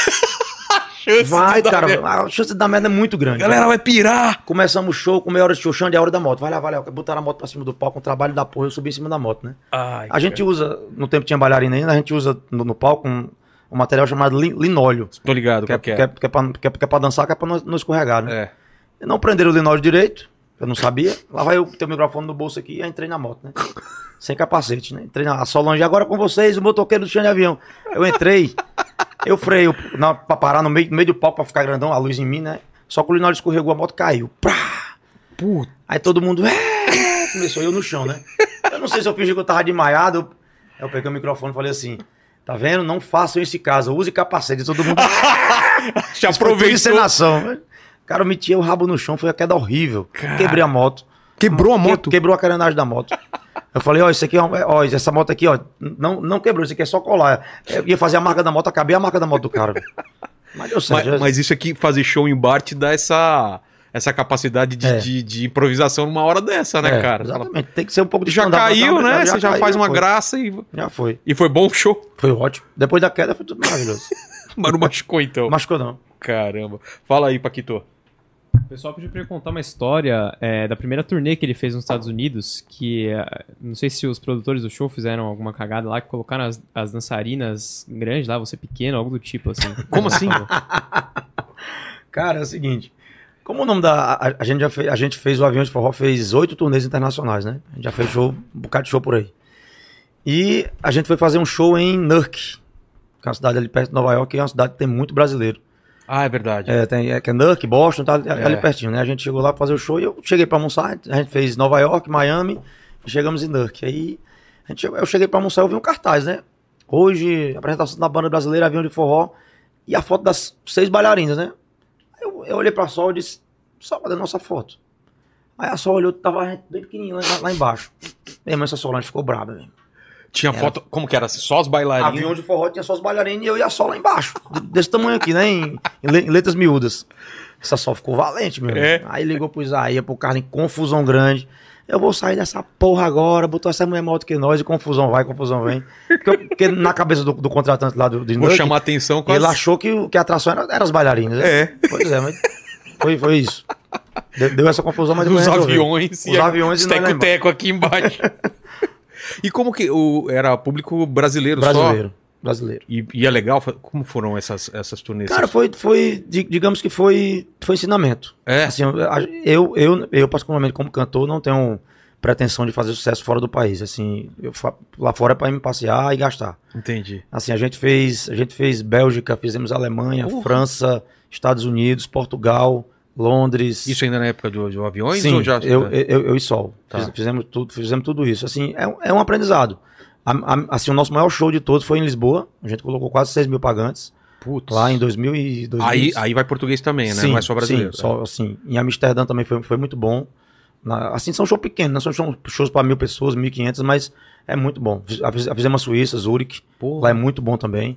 chance Vai, de dar cara. merda. A chance da merda é muito grande. Galera, vai pirar! Começamos o show, com meia hora de show, Xande, é a hora da moto. Vai lá, vai lá. Botaram a moto pra cima do palco, um trabalho da porra, eu subi em cima da moto, né? Ai, A gente usa, no tempo tinha bailarina ainda, a gente usa no, no palco um, um material chamado lin- linóleo. Tô ligado, Que é, qual que, é, que, é pra, que, é, que é pra dançar, que é pra não, não escorregar, né? É. E Não prenderam o linóleo direito, eu não sabia. Lá vai eu ter o microfone no bolso aqui e aí entrei na moto, né? Sem capacete, né? Entrei na a Solange, agora com vocês, o motoqueiro do chão de avião. Eu entrei, eu freio na, pra parar no meio, no meio do palco pra ficar grandão, a luz em mim, né? Só que o linóleo escorregou, a moto caiu. Prá! Puta. Aí todo mundo. "É!" começou eu no chão, né? Eu não sei se eu fingi que eu tava desmaiado. eu- Eu peguei o microfone e falei assim: tá vendo? Não façam isso em casa, use capacete. Todo mundo. Já Ah, Isso foi é tudo aproveitou. encenação. Cara, eu meti o rabo no chão, foi uma queda horrível. Cara. Quebrei a moto. Quebrou a moto. Que- Quebrou a carenagem da moto. Eu falei, ó, isso aqui, é um- ó, essa moto aqui, ó, não, não quebrou, isso aqui é só colar. Eu ia fazer a marca da moto, acabei a marca da moto do cara. Mas deu certo. Mas, mas isso aqui, fazer show em bar, te dá essa, essa capacidade de, É. de- de improvisação numa hora dessa, né, É, cara? Exatamente, tem que ser um pouco de Já stand-up, caiu, mas- né? Você já caiu, faz uma foi. graça e, Já foi. e foi bom o show. Foi ótimo. Depois da queda foi tudo maravilhoso. Mas não machucou, então. Machucou não. Caramba. Fala aí, Paquito. O pessoal pediu pra ele contar uma história é, da primeira turnê que ele fez nos Estados Unidos, que é, não sei se os produtores do show fizeram alguma cagada lá, que colocaram as, as dançarinas grandes lá, você pequeno, algo do tipo, assim. Como assim? Cara, é o seguinte. Como o nome da. A, a gente já fez, a gente fez o Avião de Forró, fez oito turnês internacionais, né? A gente já fez show, um bocado de show por aí. E a gente foi fazer um show em Newark, que é uma cidade ali perto de Nova York, que é uma cidade que tem muito brasileiro. Ah, é verdade. É, tem, é, que é Newark, Boston, tá ali- É. ali pertinho, né? A gente chegou lá pra fazer o show e eu cheguei pra almoçar, a gente fez Nova York, Miami, e chegamos em Newark. Aí a gente, chegou- eu cheguei pra almoçar e eu vi um cartaz, né? Hoje, apresentação da banda brasileira, avião de forró, e a foto das seis bailarinas, né? Aí eu, eu olhei pra Sol e disse, Sol, cadê a nossa foto? Aí a Sol olhou, tava a gente bem pequenininho lá, lá embaixo. Minha irmã, essa Solange ficou braba, mesmo. Tinha foto. Como que era? Só os bailarinos? Avião de forró tinha só os bailarinos e eu e a Sol lá embaixo. de- Desse tamanho aqui, né? Em, em le- em letras miúdas. Essa Sol ficou valente, meu. É. Aí ligou pro Isaías, pro Carlos, em confusão grande. Eu vou sair dessa porra agora, botou essa mulher maior do que nós, e confusão vai, confusão vem. Porque, eu- porque na cabeça do, do contratante lá do, do Vou Nuke, chamar atenção com ele as... achou que, o- que a atração era, era as bailarinas. né? É, Pois é, mas foi, foi isso. Deu, deu essa confusão, mas depois os resolveu. aviões. é. Os aviões e nós lá embaixo. teco-teco aqui embaixo. né, e como que o, era público brasileiro, só? Brasileiro, brasileiro. E, e é legal? Fa- Como foram essas, essas turnês? Cara, foi, foi di- digamos que foi, foi ensinamento. É, Assim, eu- a- eu, eu, eu, particularmente, como cantor, não tenho pretensão de fazer sucesso fora do país. Assim, eu fa- lá fora é para me passear e gastar. entendi. Assim, a gente fez, a gente fez Bélgica, fizemos Alemanha, Porra. França, Estados Unidos, Portugal, Londres. Isso ainda na época do, do aviões? Sim, ou já... é? eu, eu, eu e Sol. Tá. Fiz- Fizemos, tudo, fizemos tudo isso. Assim, é, um- é um aprendizado. A- a- assim, o nosso maior show de todos foi em Lisboa. A gente colocou quase 6 mil pagantes Putz. lá em 2000 e 2000. Aí, aí vai português também, né? Não é só brasileiro. Sim, só, assim, em Amsterdã também foi, foi muito bom. Na- assim, são shows pequenos, não são show- shows para mil pessoas, 1.500, mas é muito bom. Fiz- a- fiz- Fizemos a Suíça, Zurich, lá é Porra. muito bom também.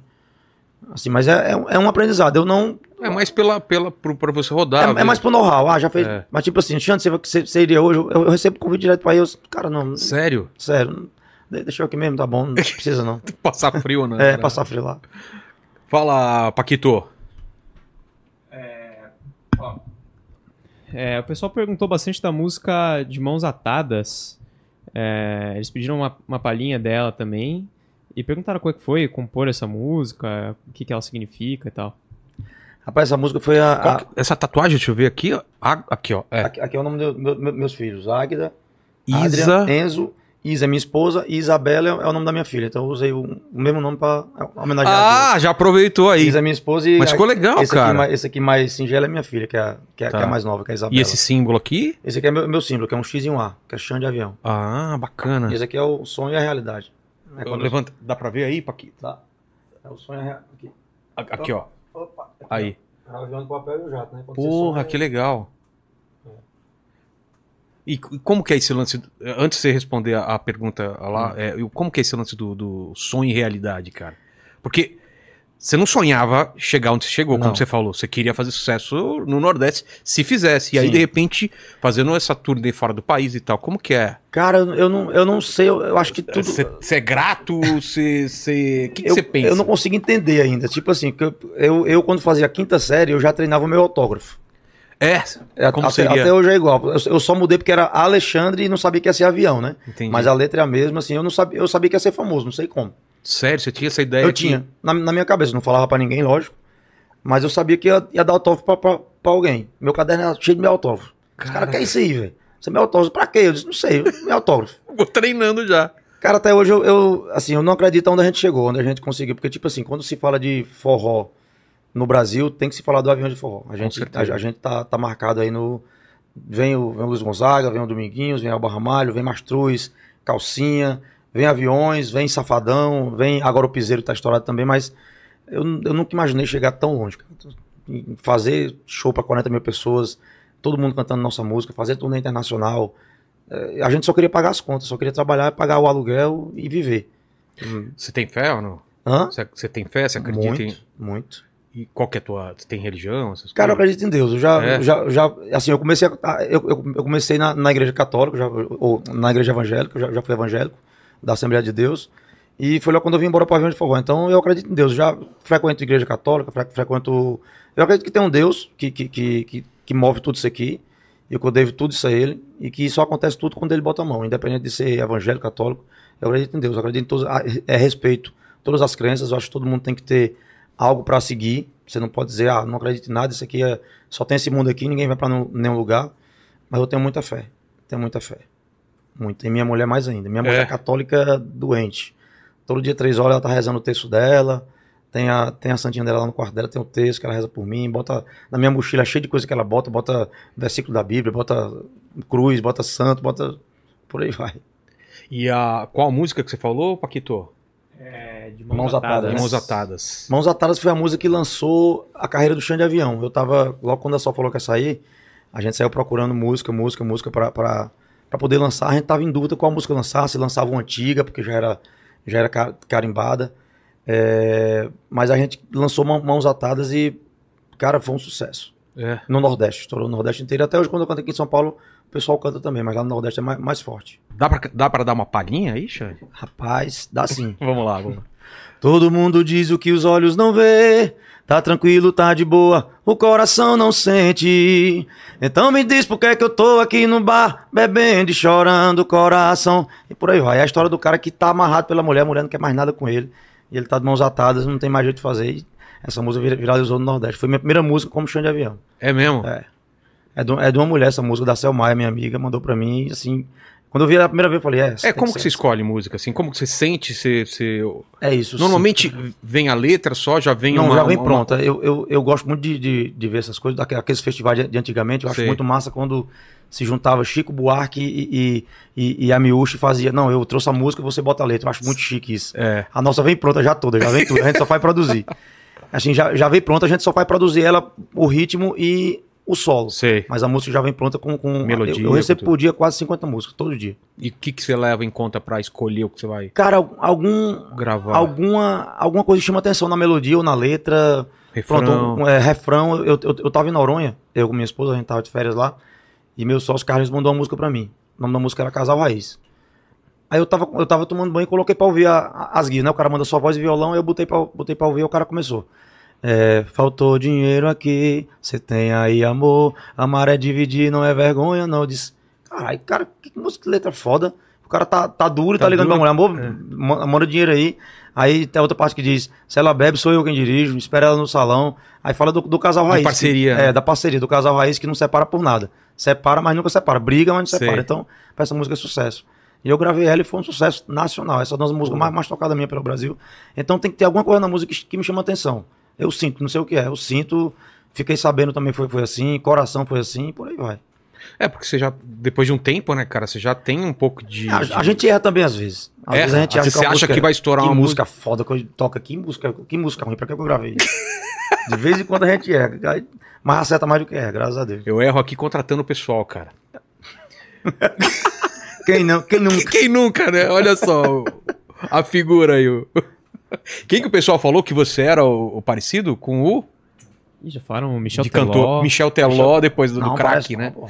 Assim, mas é, é, um- é um aprendizado. Eu não. É mais pela, pela, pro, pra você rodar. é, é né? mais pro know-how. Ah, já fez. É. Mas tipo assim, Xande, você, você, você iria hoje? Eu, eu recebo convite direto pra ir. Eu, cara, não, Sério? sério. não- de- Deixa eu aqui mesmo, tá bom, não precisa não. Passar frio, né? É, cara? passar frio lá. Fala, Paquito. É, o pessoal perguntou bastante da música De Mãos Atadas. É, eles pediram uma, uma palhinha dela também. E perguntaram como é que foi compor essa música, o que, que ela significa e tal. Rapaz, essa música foi a. Qual a- que- Essa tatuagem, deixa eu ver aqui. ó. Ah, Aqui, ó. É. aqui, aqui é o nome dos meus filhos: Águida, Isa. Adrian, Enzo, Isa é minha esposa e Isabela é é o nome da minha filha. Então eu usei o, o mesmo nome pra homenagear as duas. Ah, já aproveitou aí. Isa é minha esposa e Mas ficou legal, esse, Aqui, cara. mais- esse aqui mais singelo é minha filha, que é, a- que é, Tá. que é a mais nova, que é a Isabela. E esse símbolo aqui? Esse aqui é meu, meu símbolo, que é um X e um A, que é chão de avião. Ah, E bacana. Esse aqui é o sonho e a realidade. É Eu quando- Levanta, dá pra ver aí, Paquito? tá. É o sonho e a realidade. A- Aqui, ó. Opa. Aí. É o avião do papel e o jato, né? Quando você Porra, sonha- que legal. E c- como que é esse lance? do- Antes de você responder a, a pergunta Hum. lá, é, eu- como que é esse lance do, do sonho e realidade, cara? Porque você não sonhava chegar onde você chegou, como Não. você falou. Você queria fazer sucesso no Nordeste, se fizesse. E aí, Sim. de repente, fazendo essa turnê fora do país e tal, como que é? Cara, eu, eu não, eu não sei, eu, eu acho que tudo... Você você é grato? Você. você- O que que eu, você pensa? eu não consigo entender ainda. Tipo assim, que eu, eu, eu quando fazia a quinta série, eu já treinava o meu autógrafo. É, É, Como até, seria? até hoje é igual. Eu, eu só mudei porque era Alexandre e não sabia que ia ser avião, né? entendi. Mas a letra é a mesma, assim, eu não sabia, eu sabia que ia ser famoso, não sei como. Sério, você tinha essa ideia? eu de- tinha, na, na minha cabeça, não falava pra ninguém, lógico. Mas eu sabia que ia, ia dar autógrafo pra, pra, pra alguém. Meu caderno era cheio de meu autógrafo. Os Cara. caras, que é isso aí, velho? Você é meu autógrafo? Pra quê? Eu disse, não sei, meu autógrafo. Vou treinando já. Cara, até hoje eu, eu, assim, eu não acredito onde a gente chegou, onde a gente conseguiu, porque tipo assim, quando se fala de forró no Brasil, tem que se falar do avião de forró. A gente, a, certeza. a gente tá, tá marcado aí no Vem o, vem o Luiz Gonzaga, vem o Dominguinhos, vem o Ramalho, vem Mastruz, Calcinha, vem Aviões, vem Safadão, vem. Agora o Piseiro tá estourado também, mas eu, eu nunca imaginei chegar tão longe. cara. Em Fazer show pra 40 mil pessoas, todo mundo cantando nossa música, fazer turnê internacional. Eh, A gente só queria pagar as contas, só queria trabalhar, pagar o aluguel e viver. Hum. Você tem fé ou não? Hã? Você, você tem fé? Você acredita em. Muito, muito. E qual que é a tua. Você tem religião? essas Cara, eu coisas? acredito em Deus. Eu já, É. eu já, eu já assim, eu comecei, a- eu, eu- eu comecei na, na igreja católica, eu já, ou na igreja evangélica, eu já, já fui evangélico da Assembleia de Deus. E foi lá quando eu vim embora para Vila de Forró. Então eu acredito em Deus. Eu Já frequento igreja católica, fre- frequento. Eu acredito que tem um Deus que, que, que, que, que move tudo isso aqui. E que eu devo tudo isso a ele. E que só acontece tudo quando ele bota a mão. Independente de ser evangélico, católico, eu acredito em Deus. Eu acredito em todos. a- É respeito. Todas as crenças. Eu acho que todo mundo tem que ter algo para seguir. Você não pode dizer, ah, não acredito em nada, isso aqui é. Só tem esse mundo aqui, ninguém vai para nenhum lugar. Mas eu tenho muita fé. Tenho muita fé. Muito. E minha mulher mais ainda. Minha mulher É. é católica doente. Todo dia, três horas, ela tá rezando o texto dela. Tem a, tem a santinha dela lá no quarto dela, tem o texto que ela reza por mim, bota na minha mochila cheia de coisa que ela bota, bota versículo da Bíblia, bota cruz, bota santo, bota. Por aí vai. E a, qual a música que você falou, Paquito? É, de Mãos atadas. Mãos Atadas. Mãos Atadas foi a música que lançou a carreira do Chão de Avião. Eu tava, logo quando a Sol falou que ia sair, a gente saiu procurando música, música, música pra, pra, pra poder lançar. A gente tava em dúvida qual música lançar, se lançava uma antiga, porque já era, já era ca- carimbada. É, mas a gente lançou Mão- Mãos Atadas e, cara, foi um sucesso. É. No Nordeste, estourou no Nordeste inteiro. Até hoje, quando eu canto aqui em São Paulo, o pessoal canta também, mas lá no Nordeste é mais, mais forte. Dá pra, dá pra dar uma palhinha aí, Xande? Rapaz, dá sim. Vamos lá, vamos lá. Todo mundo diz o que os olhos não vê. Tá tranquilo, tá de boa, o coração não sente. Então me diz por que é que eu tô aqui no bar, bebendo e chorando o coração. E por aí vai. É a história do cara que tá amarrado pela mulher, a mulher não quer mais nada com ele. E ele tá de mãos atadas, não tem mais jeito de fazer. E essa música vira- viralizou no Nordeste. Foi minha primeira música como chão de avião. É mesmo? É. É de, é de uma mulher essa música, da Selmaia, minha amiga, mandou pra mim. E assim, quando eu vi ela a primeira vez, eu falei: É, essa É, tem como que você ser. escolhe música, assim? Como que você sente? Você, você- É isso. sim. Normalmente vem a letra só, já vem Não, uma... já vem uma- pronta. Eu, eu, eu gosto muito de, de, de ver essas coisas, daque- aqueles festivais de, de antigamente. Eu acho Sei. muito massa quando se juntava Chico Buarque e, e, e, e a Miúcha e fazia. Não, eu trouxe a música e você bota a letra. Eu acho muito chique isso. É. A nossa vem pronta já toda, já vem tudo. A gente só vai produzir. Assim, já, já vem pronta, a gente só vai produzir ela, o ritmo e o solo. Sei. Mas a música já vem pronta com. com Melodia, Eu, eu recebo com tudo. por dia quase 50 músicas, todo dia. E o que, que você leva em conta pra escolher o que você vai Cara, algum. gravar? Alguma, alguma coisa chama atenção na melodia ou na letra. Refrão? Pronto, um, um, é, refrão, eu, eu, eu tava em Noronha, eu com minha esposa, a gente tava de férias lá, e meu sócio Carlos mandou uma música pra mim. O nome da música era Casal Raiz. Aí eu tava, eu tava tomando banho e coloquei pra ouvir a- a- as guias, né? O cara manda só voz e violão, eu botei pra, botei pra ouvir e o cara começou. É, faltou dinheiro aqui, você tem aí amor, amar é dividir, não é vergonha, não. Eu disse, caralho, cara, que música, que letra foda. O cara tá, tá duro e tá, Tá ligando duro, pra mulher, amor, é. ma- manda dinheiro aí. Aí tem a outra parte que diz, se ela bebe, sou eu quem dirijo, espera ela no salão. Aí fala do, do casal De raiz. que- parceria, né? é, da parceria, do casal raiz que não separa por nada. Separa, mas nunca separa. Briga, mas não separa. Sei. Então, pra essa música é sucesso. E eu gravei ela e foi um sucesso nacional. Essa é uma das músicas mais, mais tocadas minha pelo Brasil. Então tem que ter alguma coisa na música que, que me chama atenção. Eu sinto, não sei o que é. Eu sinto, fiquei sabendo também foi, foi assim, coração foi assim, e por aí vai. É, porque você já, depois de um tempo, né, cara, você já tem um pouco de... de- A, a gente erra também às vezes. Às É, vezes a gente acha você uma acha música- que vai estourar que uma música? música foda que eu toco aqui, música, que música ruim, pra que eu gravei? De vez em quando a gente erra, aí- mas acerta mais do que erra, graças a Deus. Eu erro aqui contratando o pessoal, cara. Quem não, quem não. Quem nunca, né? Olha só o- a figura aí. o- Quem que o pessoal falou que você era o, o parecido com o Ih, já falaram o Michel de Teló. cantor Michel Teló depois do, do não, craque, parece né? não, pô.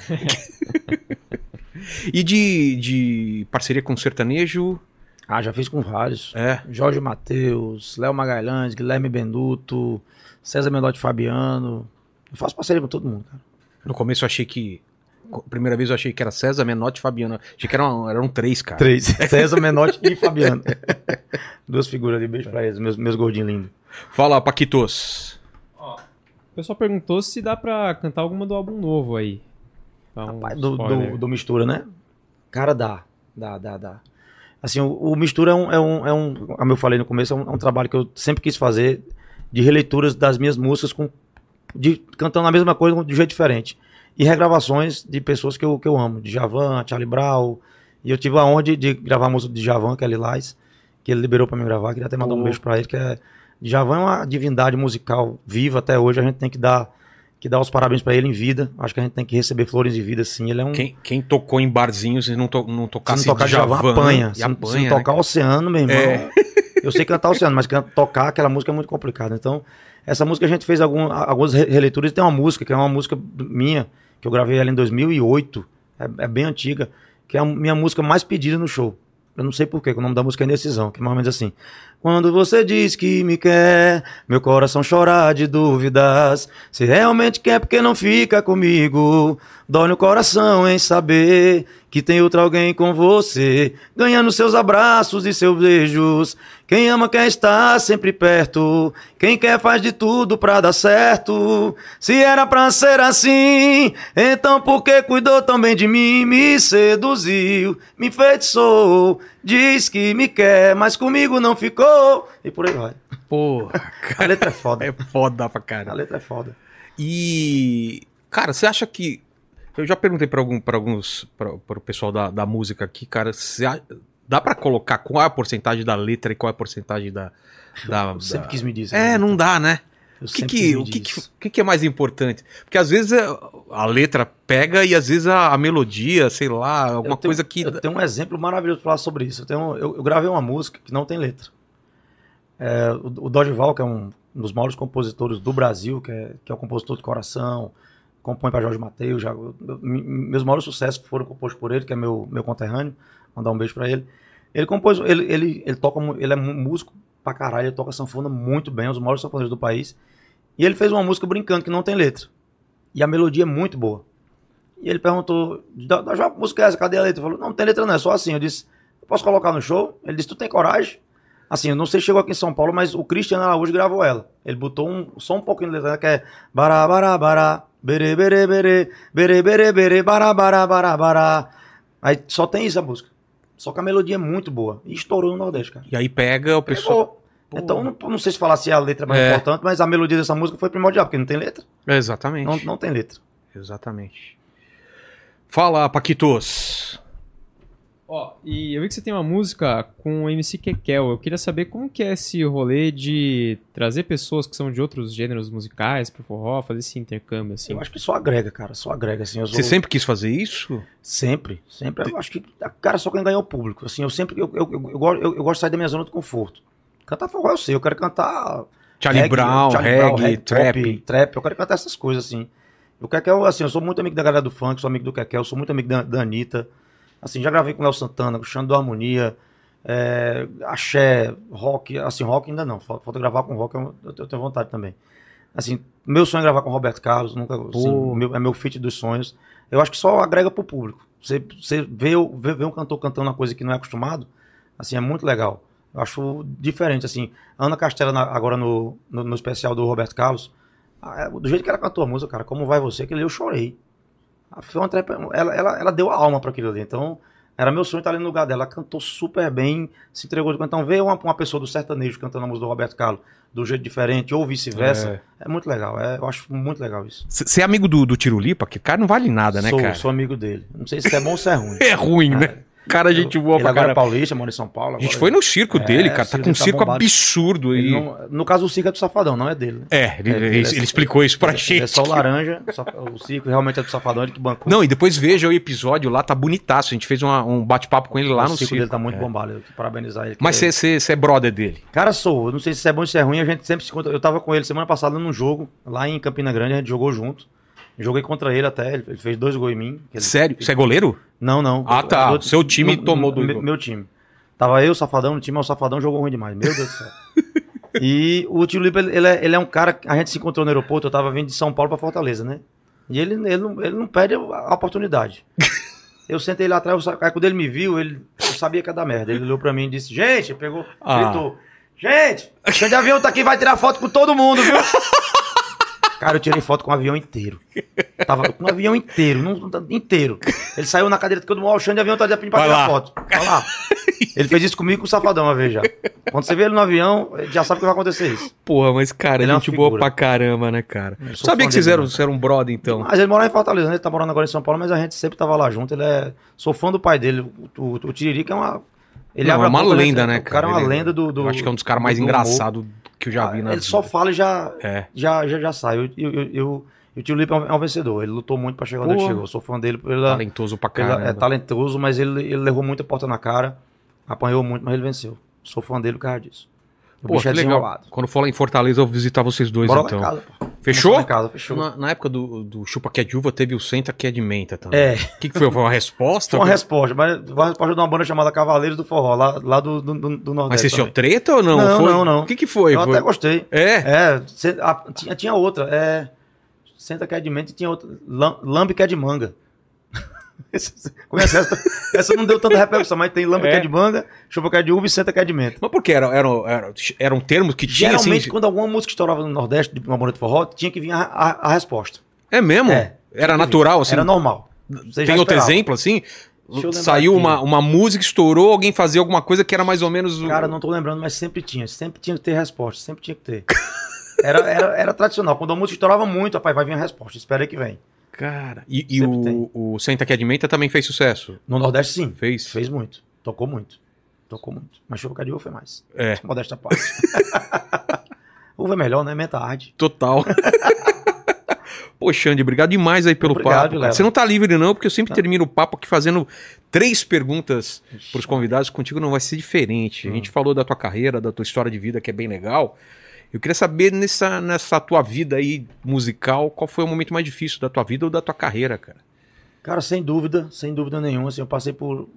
E de, de parceria com sertanejo, Ah, já fiz com vários. é. Jorge Matheus, Léo Magalhães, Guilherme Benduto, César Menotti Fabiano. Eu faço parceria com todo mundo, cara. No começo eu achei que co- primeira vez eu achei que era César Menotti e Fabiano. Achei que eram, eram um três, cara. Três. César Menotti e Fabiano. Duas figuras de beijo pra eles, meus, meus gordinhos lindos. Fala, Paquitos. O pessoal perguntou se dá pra cantar alguma do álbum novo aí. Dá um Rapaz, do, spoiler. do, do Mistura, né? Cara, dá. Dá, dá, dá. Assim, o, o Mistura é um, é, um, é um, como eu falei no começo, é um, é um trabalho que eu sempre quis fazer de releituras das minhas músicas com, de, cantando a mesma coisa de um jeito diferente. E regravações de pessoas que eu, que eu amo, de Javan, Charlie Brown. E eu tive a honra de, de gravar a música de Javan, que é Lilás, que ele liberou pra mim gravar. Queria até mandar Pô. um beijo pra ele, que é. Javan é uma divindade musical viva até hoje. A gente tem que dar, que dar os parabéns pra ele em vida. Acho que a gente tem que receber flores em vida, sim. Ele é um. Quem, quem tocou em barzinhos e não, to, não tocasse Se não tocar Djavan, Djavan, apanha. assim, e Se, apanha, se não né? tocar Oceano, meu irmão. É. Eu sei cantar Oceano, mas can- tocar aquela música é muito complicado. Então, essa música a gente fez algum- a- algumas re- releituras. Tem uma música que é uma música do- minha, que eu gravei ela em 2008. É, é bem antiga. Que é a minha música mais pedida no show. Eu não sei porquê, que o nome da música é Indecisão, que é mais ou menos assim. Quando você diz que me quer, meu coração chora de dúvidas. Se realmente quer, porque não fica comigo? Dói no coração em saber que tem outro alguém com você, ganhando seus abraços e seus beijos. Quem ama quer estar sempre perto, quem quer faz de tudo pra dar certo. Se era pra ser assim, então por que cuidou tão bem de mim? Me seduziu, me enfeitiçou, diz que me quer, mas comigo não ficou. E por aí vai. né? Porra, A letra é é foda. foda pra A caralho. letra é foda. E, cara, você acha que. Eu já perguntei pra, algum, pra alguns. Pra, pro pessoal da, da música aqui, cara. Você a- dá pra colocar qual é a porcentagem da letra e qual é a porcentagem da. da, Eu sempre da- quis me dizer. É, não dá, né? Eu O que sempre que, me o que, que, diz. o que que é mais importante? Porque às vezes é- a letra pega e às vezes a, a melodia, sei lá, alguma Eu tenho- coisa que. Eu tenho um exemplo maravilhoso pra falar sobre isso. Eu, tenho- eu- eu gravei uma música que não tem letra. É, o, o Dorival, que é um dos maiores compositores do Brasil, que é, que é o compositor de coração, compõe para Jorge Mateus. já- eu- eu- me- meus maiores sucessos foram compostos por ele, que é meu, meu conterrâneo. Mandar um beijo pra ele. Ele compôs, ele, ele, ele toca, mu- ele é mu- músico pra caralho, ele toca sanfona muito bem, é um dos maiores sanfoneiros do país. E ele fez uma música brincando que não tem letra. E a melodia é muito boa. E ele perguntou, da, da já música é essa, cadê a letra? Ele falou, não, não tem letra não, é só assim. Eu disse, eu posso colocar no show? Ele disse, tu tem coragem? Assim, eu não sei se chegou aqui em São Paulo, mas o Cristiano Araújo gravou ela. Ele botou um, só um pouquinho de letra, que é bará, bará, bará, berê, berê, berê, berê, berê, berê, bará, bará, bará, bará. Aí só tem isso a música. Só que a melodia é muito boa. E estourou no Nordeste, cara. E aí pega o pessoal. Pegou. Então, não, não sei se falar se é a letra mais É. importante, mas a melodia dessa música foi primordial, porque não tem letra. É, Exatamente. Não, não tem letra. Exatamente. Fala, Paquitos. Ó, e eu vi que você tem uma música com o MC Kekel. Eu queria saber como que é esse rolê de trazer pessoas que são de outros gêneros musicais pro forró, fazer esse intercâmbio, assim. Eu acho que só agrega, cara. Só agrega, assim. Eu sou- Você sempre quis fazer isso? Sempre, sempre. Eu acho que, cara, só quem ganhar é o público. Assim, eu sempre, eu, eu, eu, eu gosto- eu- eu gosto de sair da minha zona de conforto. Cantar forró eu sei, eu quero cantar... Charlie reggae, Brown, Charlie reggae, Brown, trap. Pop, trap, eu quero cantar essas coisas, assim. O Kekel, assim, eu sou muito amigo da galera do funk, sou amigo do Kekel, sou muito amigo da, da Anitta. Assim, já gravei com o Léo Santana, com o Xando da Harmonia, é, axé, rock, assim, rock ainda não. Falta, falta gravar com rock, é um, eu, eu tenho vontade também. Assim, meu sonho é gravar com o Roberto Carlos, nunca, assim, meu- é meu feat dos sonhos. Eu acho que só agrega pro público. Você, você vê, o- vê, vê um cantor cantando uma coisa que não é acostumado, assim, é muito legal. Eu acho diferente, assim. A Ana Castela, na- agora no, no, no especial do Roberto Carlos, ah, é, do jeito que ela cantou a música, cara, como vai você, que eu chorei. Ah, Foi uma trepa, ela, ela, ela deu a alma para aquilo ali. Então, era meu sonho estar ali no lugar dela. Ela cantou super bem, se entregou. Então, ver uma, uma pessoa do sertanejo cantando a música do Roberto Carlos do jeito diferente, ou vice-versa, é. muito legal. É, eu acho muito legal isso. C- Você é amigo do, do Tirulipa? Que cara não vale nada, né, sou, cara? sou amigo dele. Não sei se é bom ou se é ruim. É ruim, né? Cara, a gente Eu- voa ele pra agora é caramba. paulista, mora em São Paulo. A gente agora foi no circo É, dele, cara. Tá circo com um tá circo bombado. absurdo. Ele E... não- no caso, o circo é do Safadão, não é dele. né? É, ele, É, ele- ele é- ele explicou isso pra Ele gente. É só o laranja, só- o circo realmente é do Safadão, ele que bancou. Não, e depois veja o episódio lá, tá bonitaço. A gente fez uma- um bate-papo com ele lá o no circo. dele tá muito É. bombado, eu que parabenizar ele. Mas que- você- você você é brother dele. Cara, sou, eu não sei se é bom ou se é ruim, a gente sempre se conta. Eu tava com ele semana passada num jogo, lá em Campina Grande, a gente jogou junto. Joguei contra ele até, ele ele fez dois gols em mim. que ele- Sério? Você é goleiro? Não, não. Ah, tá. Eu- Seu time meu- tomou dois meu- gols. Meu time. Tava eu, Safadão, no time, mas o Safadão jogou ruim demais. Meu Deus do céu. E o Tio Lipa, ele, ele é, ele é um cara. que A gente se encontrou no aeroporto, eu tava vindo de São Paulo pra Fortaleza, né? E ele, ele, não, ele não perde a oportunidade. Eu sentei lá atrás, eu sa- aí quando ele me viu, ele, eu sabia que ia dar merda. Ele olhou pra mim e disse: Gente, pegou, Ah. gritou: Gente, o chefe de avião tá aqui, vai tirar foto com todo mundo, viu? Cara, eu tirei foto com o avião inteiro. Tava com o avião inteiro, não, não- inteiro. Ele saiu na cadeira de todo mundo, ó, o Xande avião tá pedindo pra Vai tirar lá. foto. Vai lá. Ele fez isso comigo e com o Safadão uma vez já. Quando você vê ele no avião, ele já sabe que vai acontecer isso. Porra, mas cara, Ele é uma gente boa figura. pra caramba, né, cara? Eu sou Sabia fã que vocês dele, eram, né? vocês eram um brother, então. Mas ele mora em Fortaleza, né? ele tá morando agora em São Paulo, mas a gente sempre tava lá junto. Ele é. Sou fã do pai dele. O, o, o Tiririca é uma. Ele Não, abre é a uma boca, lenda, né, O cara é uma cara? Ele- lenda do, do- Eu acho que é um dos caras mais do humor. Ah, engraçados que eu já vi na Ele vida. só fala e já, É. já, já, já sai. Eu, eu, eu, eu- o Tio Lipe é um, é um vencedor. Ele lutou muito pra chegar onde Pô. ele chegou. Eu sou fã dele. Pela, Talentoso pra pela- caramba. é talentoso, mas ele, ele levou muita porta na cara. Apanhou muito, mas ele venceu. Sou fã dele por causa disso. O Pô, bicho que é legal. desenrolado. Quando for lá em Fortaleza, eu vou visitar vocês dois, Bora então. lá em casa. pô. Lá Fechou? em casa, fechou. Na, na época do, do Chupa Que é de Uva, teve o Senta Que é de Menta também. É, O que, que foi? Foi uma resposta? foi uma resposta, mas foi uma resposta de uma banda chamada Cavaleiros do Forró, lá, lá do, do, do- do Mas Nordeste. vocês tinham também. treta ou não? Não, Foi- não, não. O que, que foi? Eu Foi- até gostei. É? É, cê- a- tinha, tinha outra. É, Senta que é de mente e tinha outra. Lam- Lambe que é de manga. Essa- Começa essa, é? essa não deu tanta repercussão, mas tem lambe É. que é de manga, chupa que é de uva e senta que é de menta. Mas por que? Era, eram- eram- eram termos que tinha assim. Geralmente, quando alguma música estourava no Nordeste, de uma banda de forró, tinha que vir a, a- a resposta. É mesmo? É. Era natural, assim. Era normal. Você já Tem outro esperava. exemplo, assim? Deixa eu lembrar Saiu aqui. uma, uma música, estourou, alguém fazia alguma coisa que era mais ou menos. o- Cara, não tô lembrando, mas sempre tinha. Sempre tinha que ter resposta, sempre tinha que ter. Era, era, era tradicional. Quando a música estourava muito, rapaz, vai vir a resposta. Espera aí que vem. Cara, e, e Sempre o, tem. o Senta Que é de Menta também fez sucesso. No Nordeste, sim. Fez? Fez muito. Tocou muito. Tocou muito. Mas Chupa Cadê foi mais. É. Modesta parte. Uva é melhor, né? Menta arde. Total. Pô, Xande, obrigado demais aí pelo Obrigado, papo. Cara. Léo. Você não tá livre, não, porque eu sempre Tá. termino o papo aqui fazendo três perguntas pros convidados. Contigo não vai ser diferente. A Hum. gente falou da tua carreira, da tua história de vida, que é bem legal. Eu queria saber nessa, nessa tua vida aí musical, qual foi o momento mais difícil da tua vida ou da tua carreira, cara? Cara, sem dúvida, sem dúvida nenhuma, assim, eu passei por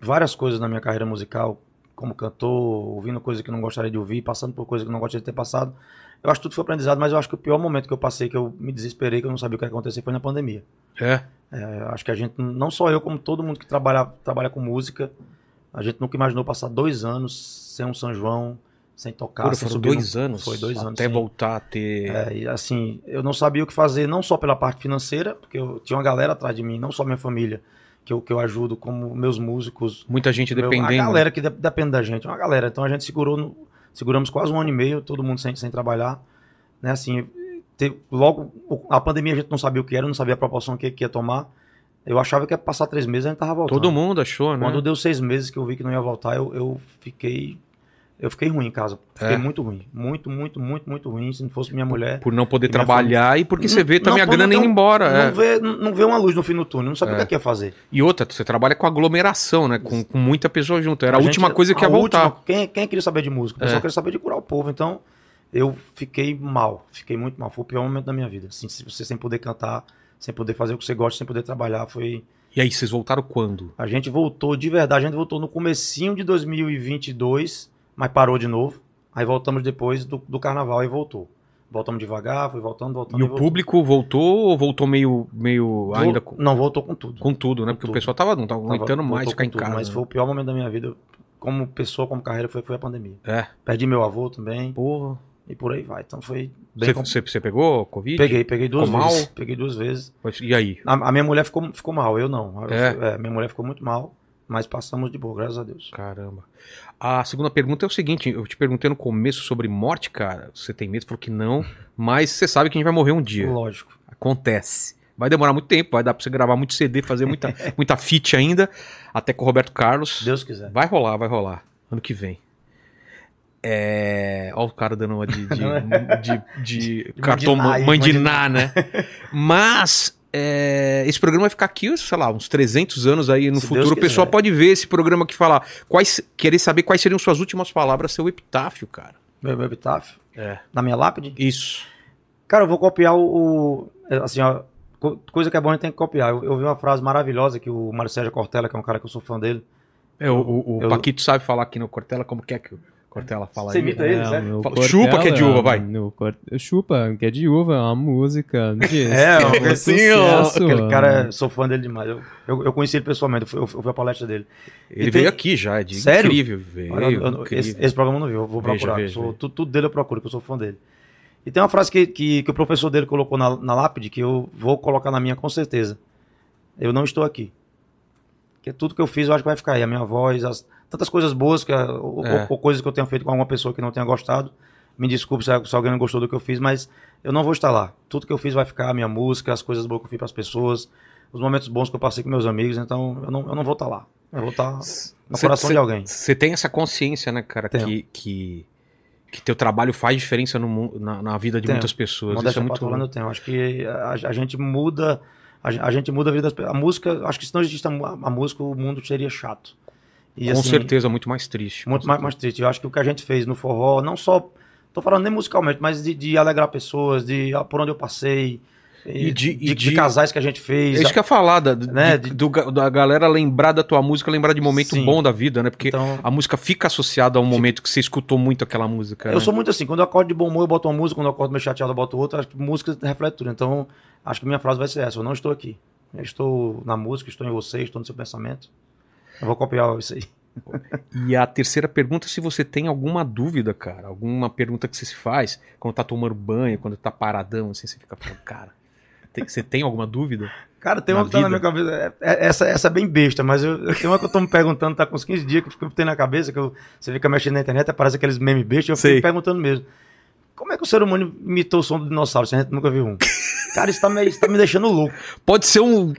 várias coisas na minha carreira musical, como cantor, ouvindo coisa que eu não gostaria de ouvir, passando por coisa que eu não gostaria de ter passado. Eu acho que tudo foi aprendizado, mas eu acho que o pior momento que eu passei, que eu me desesperei, que eu não sabia o que ia acontecer, foi na pandemia. É. É, acho que a gente, não só eu, como todo mundo que trabalha, trabalha com música, a gente nunca imaginou passar dois anos sem um São João, sem tocar, Cara, sem foram subir no- dois anos. Foi dois anos. Até sem- voltar a ter. é, e assim, eu não sabia o que fazer, não só pela parte financeira, porque eu tinha uma galera atrás de mim, não só minha família, que eu, que eu ajudo, como meus músicos, Muita gente meu- dependendo. a galera que de- depende da gente, uma galera. Então a gente segurou, no- seguramos quase um ano e meio, todo mundo sem, sem trabalhar, né? Assim, te- logo o- a pandemia a gente não sabia o que era, não sabia a proporção que, que ia tomar. Eu achava que ia passar três meses, a gente tava voltando. Todo mundo achou, né? Quando deu seis meses que eu vi que não ia voltar, eu, eu fiquei. Eu fiquei ruim em casa. Fiquei É. muito ruim. Muito, muito, muito, muito ruim. Se não fosse minha mulher. Por não poder E minha trabalhar e porque você vê Não, também a pô, não grana tem indo um- embora. é. Não, vê, não não vê uma luz no fim do túnel, não sabe o que é que ia fazer. E outra, você trabalha com aglomeração, né? Com, com muita pessoa junto. Era a, gente- última coisa que ia a última- voltar. É. quem, quem queria saber de música? O pessoal queria saber de curar o povo. Então, eu fiquei mal, fiquei muito mal. Foi o pior momento da minha vida. Assim, se você sem poder cantar, sem poder fazer o que você gosta, sem poder trabalhar, foi. E aí, vocês voltaram quando? A gente voltou de verdade, a gente voltou no comecinho de 2022, mas parou de novo. Aí voltamos depois do, do carnaval e voltou. Voltamos devagar, foi voltando, voltando. E o voltou. público voltou ou voltou meio, meio Vol- ainda com, Não, voltou com tudo. com tudo, né? com Porque o tudo. pessoal tava, não tava Tava- aguentando mais voltou ficar com em tudo, casa. Mas né? foi o pior momento da minha vida. Como pessoa, como carreira, foi, foi a pandemia. É. Perdi meu avô também Porra. e por aí vai. Então foi bem Você, complicado. você, você pegou Covid? Peguei, peguei duas Ficou vezes. mal? Peguei duas vezes. E aí? A, a minha mulher ficou, ficou mal, eu não. Eu É? fui- é, minha mulher ficou muito mal, mas passamos de boa, graças a Deus. Caramba. A segunda pergunta é o seguinte: eu te perguntei no começo sobre morte, cara. Você tem medo? Falou que não, mas você sabe que a gente vai morrer um dia. Lógico. Acontece. Vai demorar muito tempo, vai dar pra você gravar muito CD, fazer muita, muita feat ainda, até com o Roberto Carlos. Deus quiser. Vai rolar, vai rolar. Ano que vem. É. Olha o cara dando uma de, de, Não é? de, de, cartão mandinar, mandinar, né? Mas. é, esse programa vai ficar aqui, sei lá, uns 300 anos aí no Se Deus futuro. O pessoal quiser. pode ver esse programa aqui e falar. Quais, querer saber quais seriam suas últimas palavras, seu epitáfio, cara. Meu, meu epitáfio, É. na minha lápide. Isso. Cara, eu vou copiar o. o- é, assim, ó, co- coisa que é bom a gente tem que copiar. Eu, eu vi uma frase maravilhosa que o Mário Sérgio Cortella, que é um cara que eu sou fã dele. É, o o, o Eu- Paquito sabe falar aqui no Cortella como que é que o Cortella fala Você aí. imita ele, né? meu Fala, Cortella, chupa que é de uva, vai. meu Cort- Chupa que é de uva, é uma música. de- É, um aquele- assim, sucesso, Aquele mano. é um cara, é, sou fã dele demais. Eu, eu, eu conheci ele pessoalmente, eu fui- eu fui a palestra dele. Ele E veio tem- aqui já, é de Então, Sério? incrível. Veio, Olha, eu- eu- incrível. esse, esse programa eu não viu, eu vou Veja, procurar. veja, Sou- veja. tu- tudo dele eu procuro, que eu sou fã dele. E tem uma frase que, que, que o professor dele colocou na, na lápide que eu vou colocar na minha com certeza. Eu não estou aqui. Porque tudo que eu fiz eu acho que vai ficar aí. A minha voz, as- tantas coisas boas que, a- ou, ou- É. ou coisas que eu tenha feito com alguma pessoa que não tenha gostado. Me desculpe se, se alguém não gostou do que eu fiz, mas eu não vou estar lá. Tudo que eu fiz vai ficar, a minha música, as coisas boas que eu fiz para as pessoas, os momentos bons que eu passei com meus amigos, então eu não, eu não vou estar lá. Eu vou estar no Cê- é coração cê- de alguém. Você tem essa consciência, né, cara, Tenho. que, que, que teu trabalho faz diferença no, mu- na, na vida de Tenho. muitas pessoas. Isso é Modéstia né? muito falando, eu tenho. Acho que a, a gente muda. A, gen- a gente muda a vida das pessoas. A música, acho que se não existisse a, mu- a música, o mundo seria chato. E, Com assim, certeza, muito mais triste. Muito mais, mais triste. Eu acho que o que a gente fez no forró, não só. Tô falando nem musicalmente, mas de, de alegrar pessoas, de ah, por onde eu passei. E de- e de, de- de casais que a gente É fez. isso que eu ia falar, da, Né, de- de- do ga- da galera lembrar da tua música, lembrar de momento Sim. bom da vida, né? Porque Então, a música fica associada a um momento que você escutou muito aquela música. eu né? sou muito assim, quando eu acordo de bom humor, eu boto uma música, quando eu acordo meio chateado, eu boto outra. Acho que música reflete tudo. Então, acho que minha frase vai ser essa: eu não estou aqui. Eu estou na música, estou em você, estou no seu pensamento. Eu vou copiar isso aí. E a terceira pergunta é se você tem alguma dúvida, cara. Alguma pergunta que você se faz quando tá tomando banho, quando tá paradão, assim, você fica falando, cara. tem- Você tem alguma dúvida? Cara, tem Na uma que tá na vida? minha cabeça. é- é- Essa, essa é bem besta, mas eu, eu tenho uma que eu tô me perguntando, tá com uns 15 dias que eu fico tendo na cabeça, que eu, você fica mexendo na internet, aparece aqueles memes bestas, eu fico Sei. me perguntando mesmo. Como é que o ser humano imitou o som do dinossauro se a gente nunca viu um? Cara, isso tá me, isso tá me deixando louco. Pode ser um.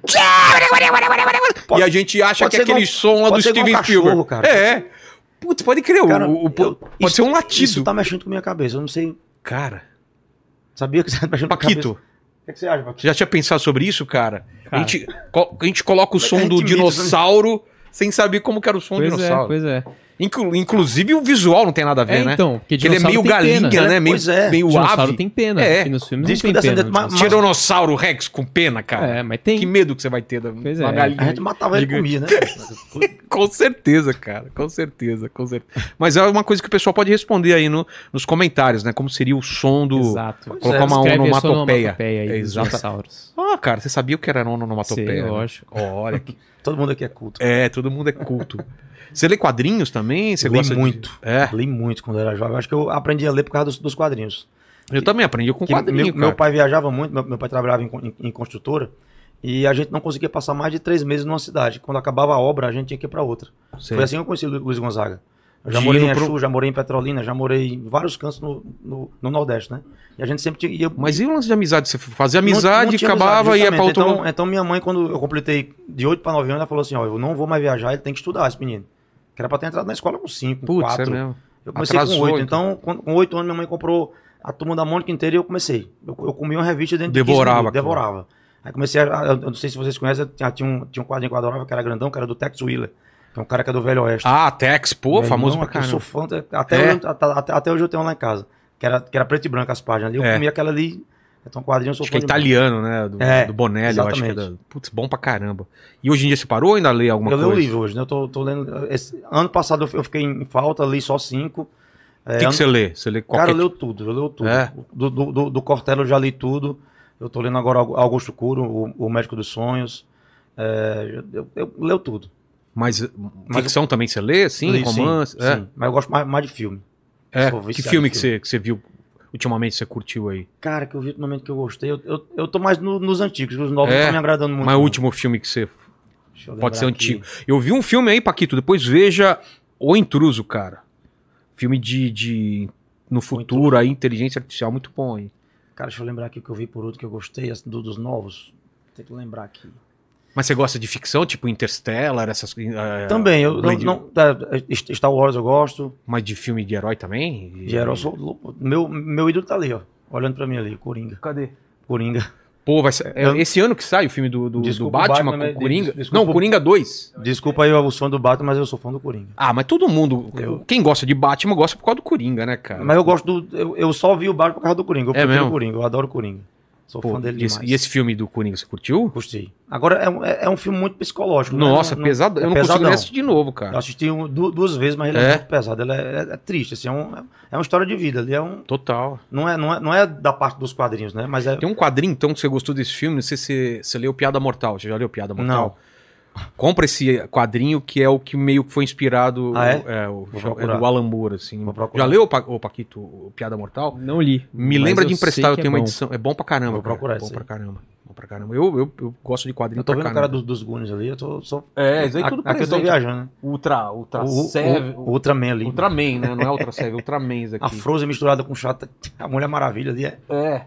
Pode- e a gente acha pode que é ser igual- aquele som lá pode do ser igual Steven um cachorro, Spielberg. cara. É. Putz, pode crer. o- Cara, o- o- eu- pode isso- ser um Isso latido. tá mexendo com a minha cabeça. Eu não sei. Cara, Sabia que você tá mexendo com a minha Paquito, cabeça? O que, que você acha, Paquito? você já tinha pensado sobre isso, cara? Cara. A, gente, co- a gente coloca o Como é que som a do gente imita, dinossauro sem saber como que era o som do Pois é, dinossauro. pois é. Inclu- inclusive o visual não tem nada a ver, É, né? então, porque Porque ele é meio dinossauro tem galinha, pena. né? Meio, Pois é. meio Dinossauro ave. tem pena. É. E nos filmes Diz não que o tem pena. descendente ma- dinossauro. Tiranossauro Rex com pena, cara. É, mas tem. Que medo que você vai ter da Pois uma é. galinha. A gente matava ele e comia, né? Com certeza, cara. Com certeza, com certeza. Mas é uma coisa que o pessoal pode responder aí no- nos comentários, né? Como seria o som do. Exato. Colocar é uma Escreve a sua onomatopeia. aí dos Exato. dinossauros. Ah, cara, você sabia o que era onomatopeia? Sim, né? lógico. Olha que. Todo mundo aqui é culto. É, todo mundo é culto. Você lê quadrinhos também? Você Li gosta de- muito. É. Li muito quando eu era jovem. Acho que eu aprendi a ler por causa dos, dos quadrinhos. Eu também aprendi com Que Um quadrinho, meu, cara. meu pai viajava muito, meu, meu pai trabalhava em, con- em- em construtora, e a gente não conseguia passar mais de três meses numa cidade. Quando acabava a obra, a gente tinha que ir para outra. Sei. Foi assim que eu conheci o Lu- Luiz Gonzaga. Eu já De morei ir em pro- Exu, já morei em Petrolina, já morei em vários cantos no, no, no Nordeste, né? E a gente sempre tinha. e eu- Mas e o lance de amizade? Você fazia não- não amizade, tinha acabava e ia pra justamente. outro então, então minha mãe, quando eu completei de 8 para 9 anos, ela falou assim: ó, eu não vou mais viajar, ele tem que estudar, esse menino. Que era pra ter entrado na escola com 5, Putz, é 4. mesmo. Eu comecei Atrasou, com oito. então. Então, com- com oito anos, minha mãe comprou a turma da Mônica inteira e eu comecei. Eu, eu comi uma revista dentro Devorava, de 15 minutos, Devorava. Aí comecei a. a- Eu não sei se vocês conhecem, tinha, tinha um, tinha um quadrinho que eu adorava, que era grandão, que era do Tex Wheeler, que é um cara que é do Velho Oeste. Ah, Tex, pô, Meu famoso irmão, pra aqui caramba. Eu sou fã, até, É. hoje, eu- até, até- até hoje eu tenho lá em casa, que era, que era preto e branco as páginas ali. Eu É. comi aquela ali, então um quadrinho eu sou Acho que é fã demais. italiano, né? Do, É, do Bonelli, eu acho que é. exatamente. da- Putz, bom pra caramba. E hoje em dia você parou ou ainda lê alguma Eu coisa? leio o livro hoje, né? Eu tô, tô lendo. esse- ano passado eu fi- eu fiquei em falta, li só cinco. É, O que, que você lê? Você lê qualquer... Cara, eu leio tudo, eu leio tudo. É? Do, do, do, do Cortella eu já li tudo. Eu tô lendo agora Augu- Augusto Curo, o, o Médico dos Sonhos. É, eu, eu leio tudo. tipo- Mas, ficção também você lê? Sim, Li, romance? Sim, sim. Mas eu gosto mais, mais de filme. é. É. Sou Que viciado filme em que você, que você viu ultimamente, você curtiu aí? Cara, que eu vi no momento que eu gostei. Eu, eu, eu tô mais no- nos antigos, os novos É, não estão me agradando muito. Mas o não. último filme que você... Deixa eu pode lembrar ser aqui. antigo. Eu vi um filme aí, Paquito, depois veja O Intruso, cara. Filme de... de... No futuro, aí, inteligência artificial, muito bom, hein? Cara, deixa eu lembrar aqui o que eu vi por outro que eu gostei, assim, do- dos novos. Tem que lembrar aqui. Mas você gosta de ficção, tipo Interstellar, essas... eh, Também, eu não, Blade- não, tá, Star Wars eu gosto. Mas de filme de herói também? E- Geral, eu sou louco. Meu, meu ídolo tá ali, ó. Olhando pra mim ali, Coringa. Cadê? Coringa. Pô, vai ser, é Eu- esse ano que sai o filme do, do, do Desculpa o Batman, Batman, né? com o Coringa. Des- desculpa Não, o- Coringa 2. Desculpa aí o fã do Batman, mas eu sou fã do Coringa. Ah, mas todo mundo. Eu- Quem gosta de Batman gosta por causa do Coringa, né, cara? Mas eu gosto do. Eu, eu só vi o Batman por causa do Coringa. Eu É prefiro mesmo? o Coringa, eu adoro o Coringa. Sou Pô, fã dele e, esse, demais. e esse filme do Coringa, você curtiu? Gostei. Agora é, um- é- é um filme muito psicológico. né? Nossa, Não- não- pesado. é Eu não consigo nem assistir de novo, Eu cara. assisti um- du- duas vezes, mas ele é, É? muito pesado. Ele é, é- é triste, assim, é, um- é uma história de vida. Ele é um. Total. Não é, não, é, não é da parte dos quadrinhos, né? Mas é. Tem um quadrinho, então, que você gostou desse filme. Não sei se você leu Piada Mortal. Você já leu Piada Mortal? Compra esse quadrinho que é o que meio que foi inspirado Ah, é? é, o, Vou é procurar. do Alan Moore, assim. Vou procurar. Já leu, Pa- ô, Paquito, o Piada Mortal? Não li. Me mas lembra eu de sei emprestar, eu que é tenho uma bom. edição. É bom pra caramba. Vou cara. procurar Bom isso pra aí. caramba. Bom pra pra caramba. Eu, eu, eu gosto de quadrinho Eu tô pra vendo o cara caramba. dos, dos Goonies ali, eu tô só. É, isso aí tudo aqui eu tô presente. viajando, né? Ultra, Ultra O, Seven, o, o Ultraman ali. Ultraman, né? Não é Ultra Seven, é Ultraman isso aqui. A Frozen misturada com chata. A Mulher Maravilha ali é É,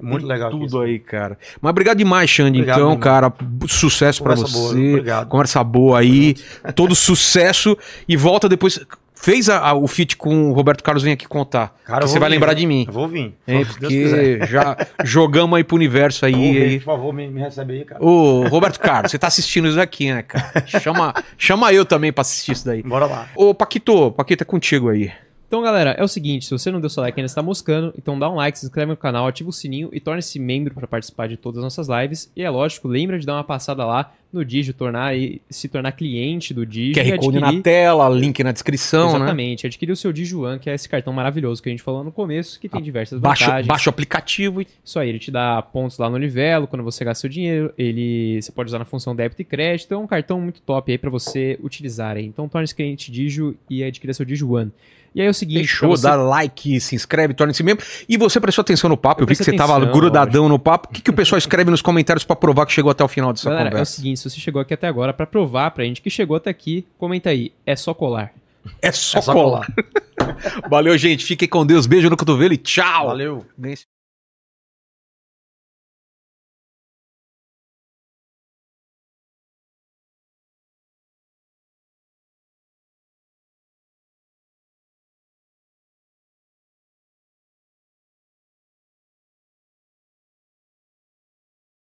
muito tem legal. aqui, Tudo aí, cara. Mas obrigado demais, Xande, Obrigado, então, meu irmão. cara. Sucesso pra Conversa boa, você. obrigado. Conversa boa aí. Todo sucesso. E volta depois. Fez a- a- o feat com o Roberto Carlos, vem aqui contar. Cara, que eu você vou vai vir, lembrar viu? de mim. Eu vou vir. hein? se Deus quiser. porque já jogamos aí pro universo aí. Vou vir, aí. Por favor, me, me recebe aí, cara. Ô, Roberto Carlos, você tá assistindo isso aqui, né, cara? Chama, chama eu também pra assistir isso daí. Bora lá. Ô, Paquito, Paquito é contigo aí. Então, galera, é o seguinte: se você não deu seu like e ainda está moscando, então dá um like, se inscreve no canal, ativa o sininho e torne-se membro para participar de todas as nossas lives. E é lógico, lembra de dar uma passada lá no Digio, tornar e se tornar cliente do Digio. e QR Code na adquirir- tela, link na descrição, né? Exatamente, adquirir o seu Dijuan, que é esse cartão maravilhoso que a gente falou no começo, que tem diversas Ah, Baixa, vantagens. baixa o aplicativo e Isso aí, ele te dá pontos lá no Livelo, quando você gasta seu dinheiro, ele você pode usar na função débito e crédito, é um cartão muito top aí pra você utilizar aí. Então torne-se cliente Digio e adquira seu Digio One. E aí é o seguinte, Fechou, pra você- dá like, se inscreve, torne-se membro. E você prestou atenção no papo, eu, Eu vi que você prestei tava atenção, grudadão no papo. O que, que o pessoal escreve nos comentários pra provar que chegou até o final dessa Galera, é o conversa? seguinte, se você chegou aqui até agora pra provar pra gente que chegou até aqui, comenta aí, é só colar. é É só, colar. Valeu, gente. Fiquem com Deus. Beijo no cotovelo e tchau. Valeu. Valeu.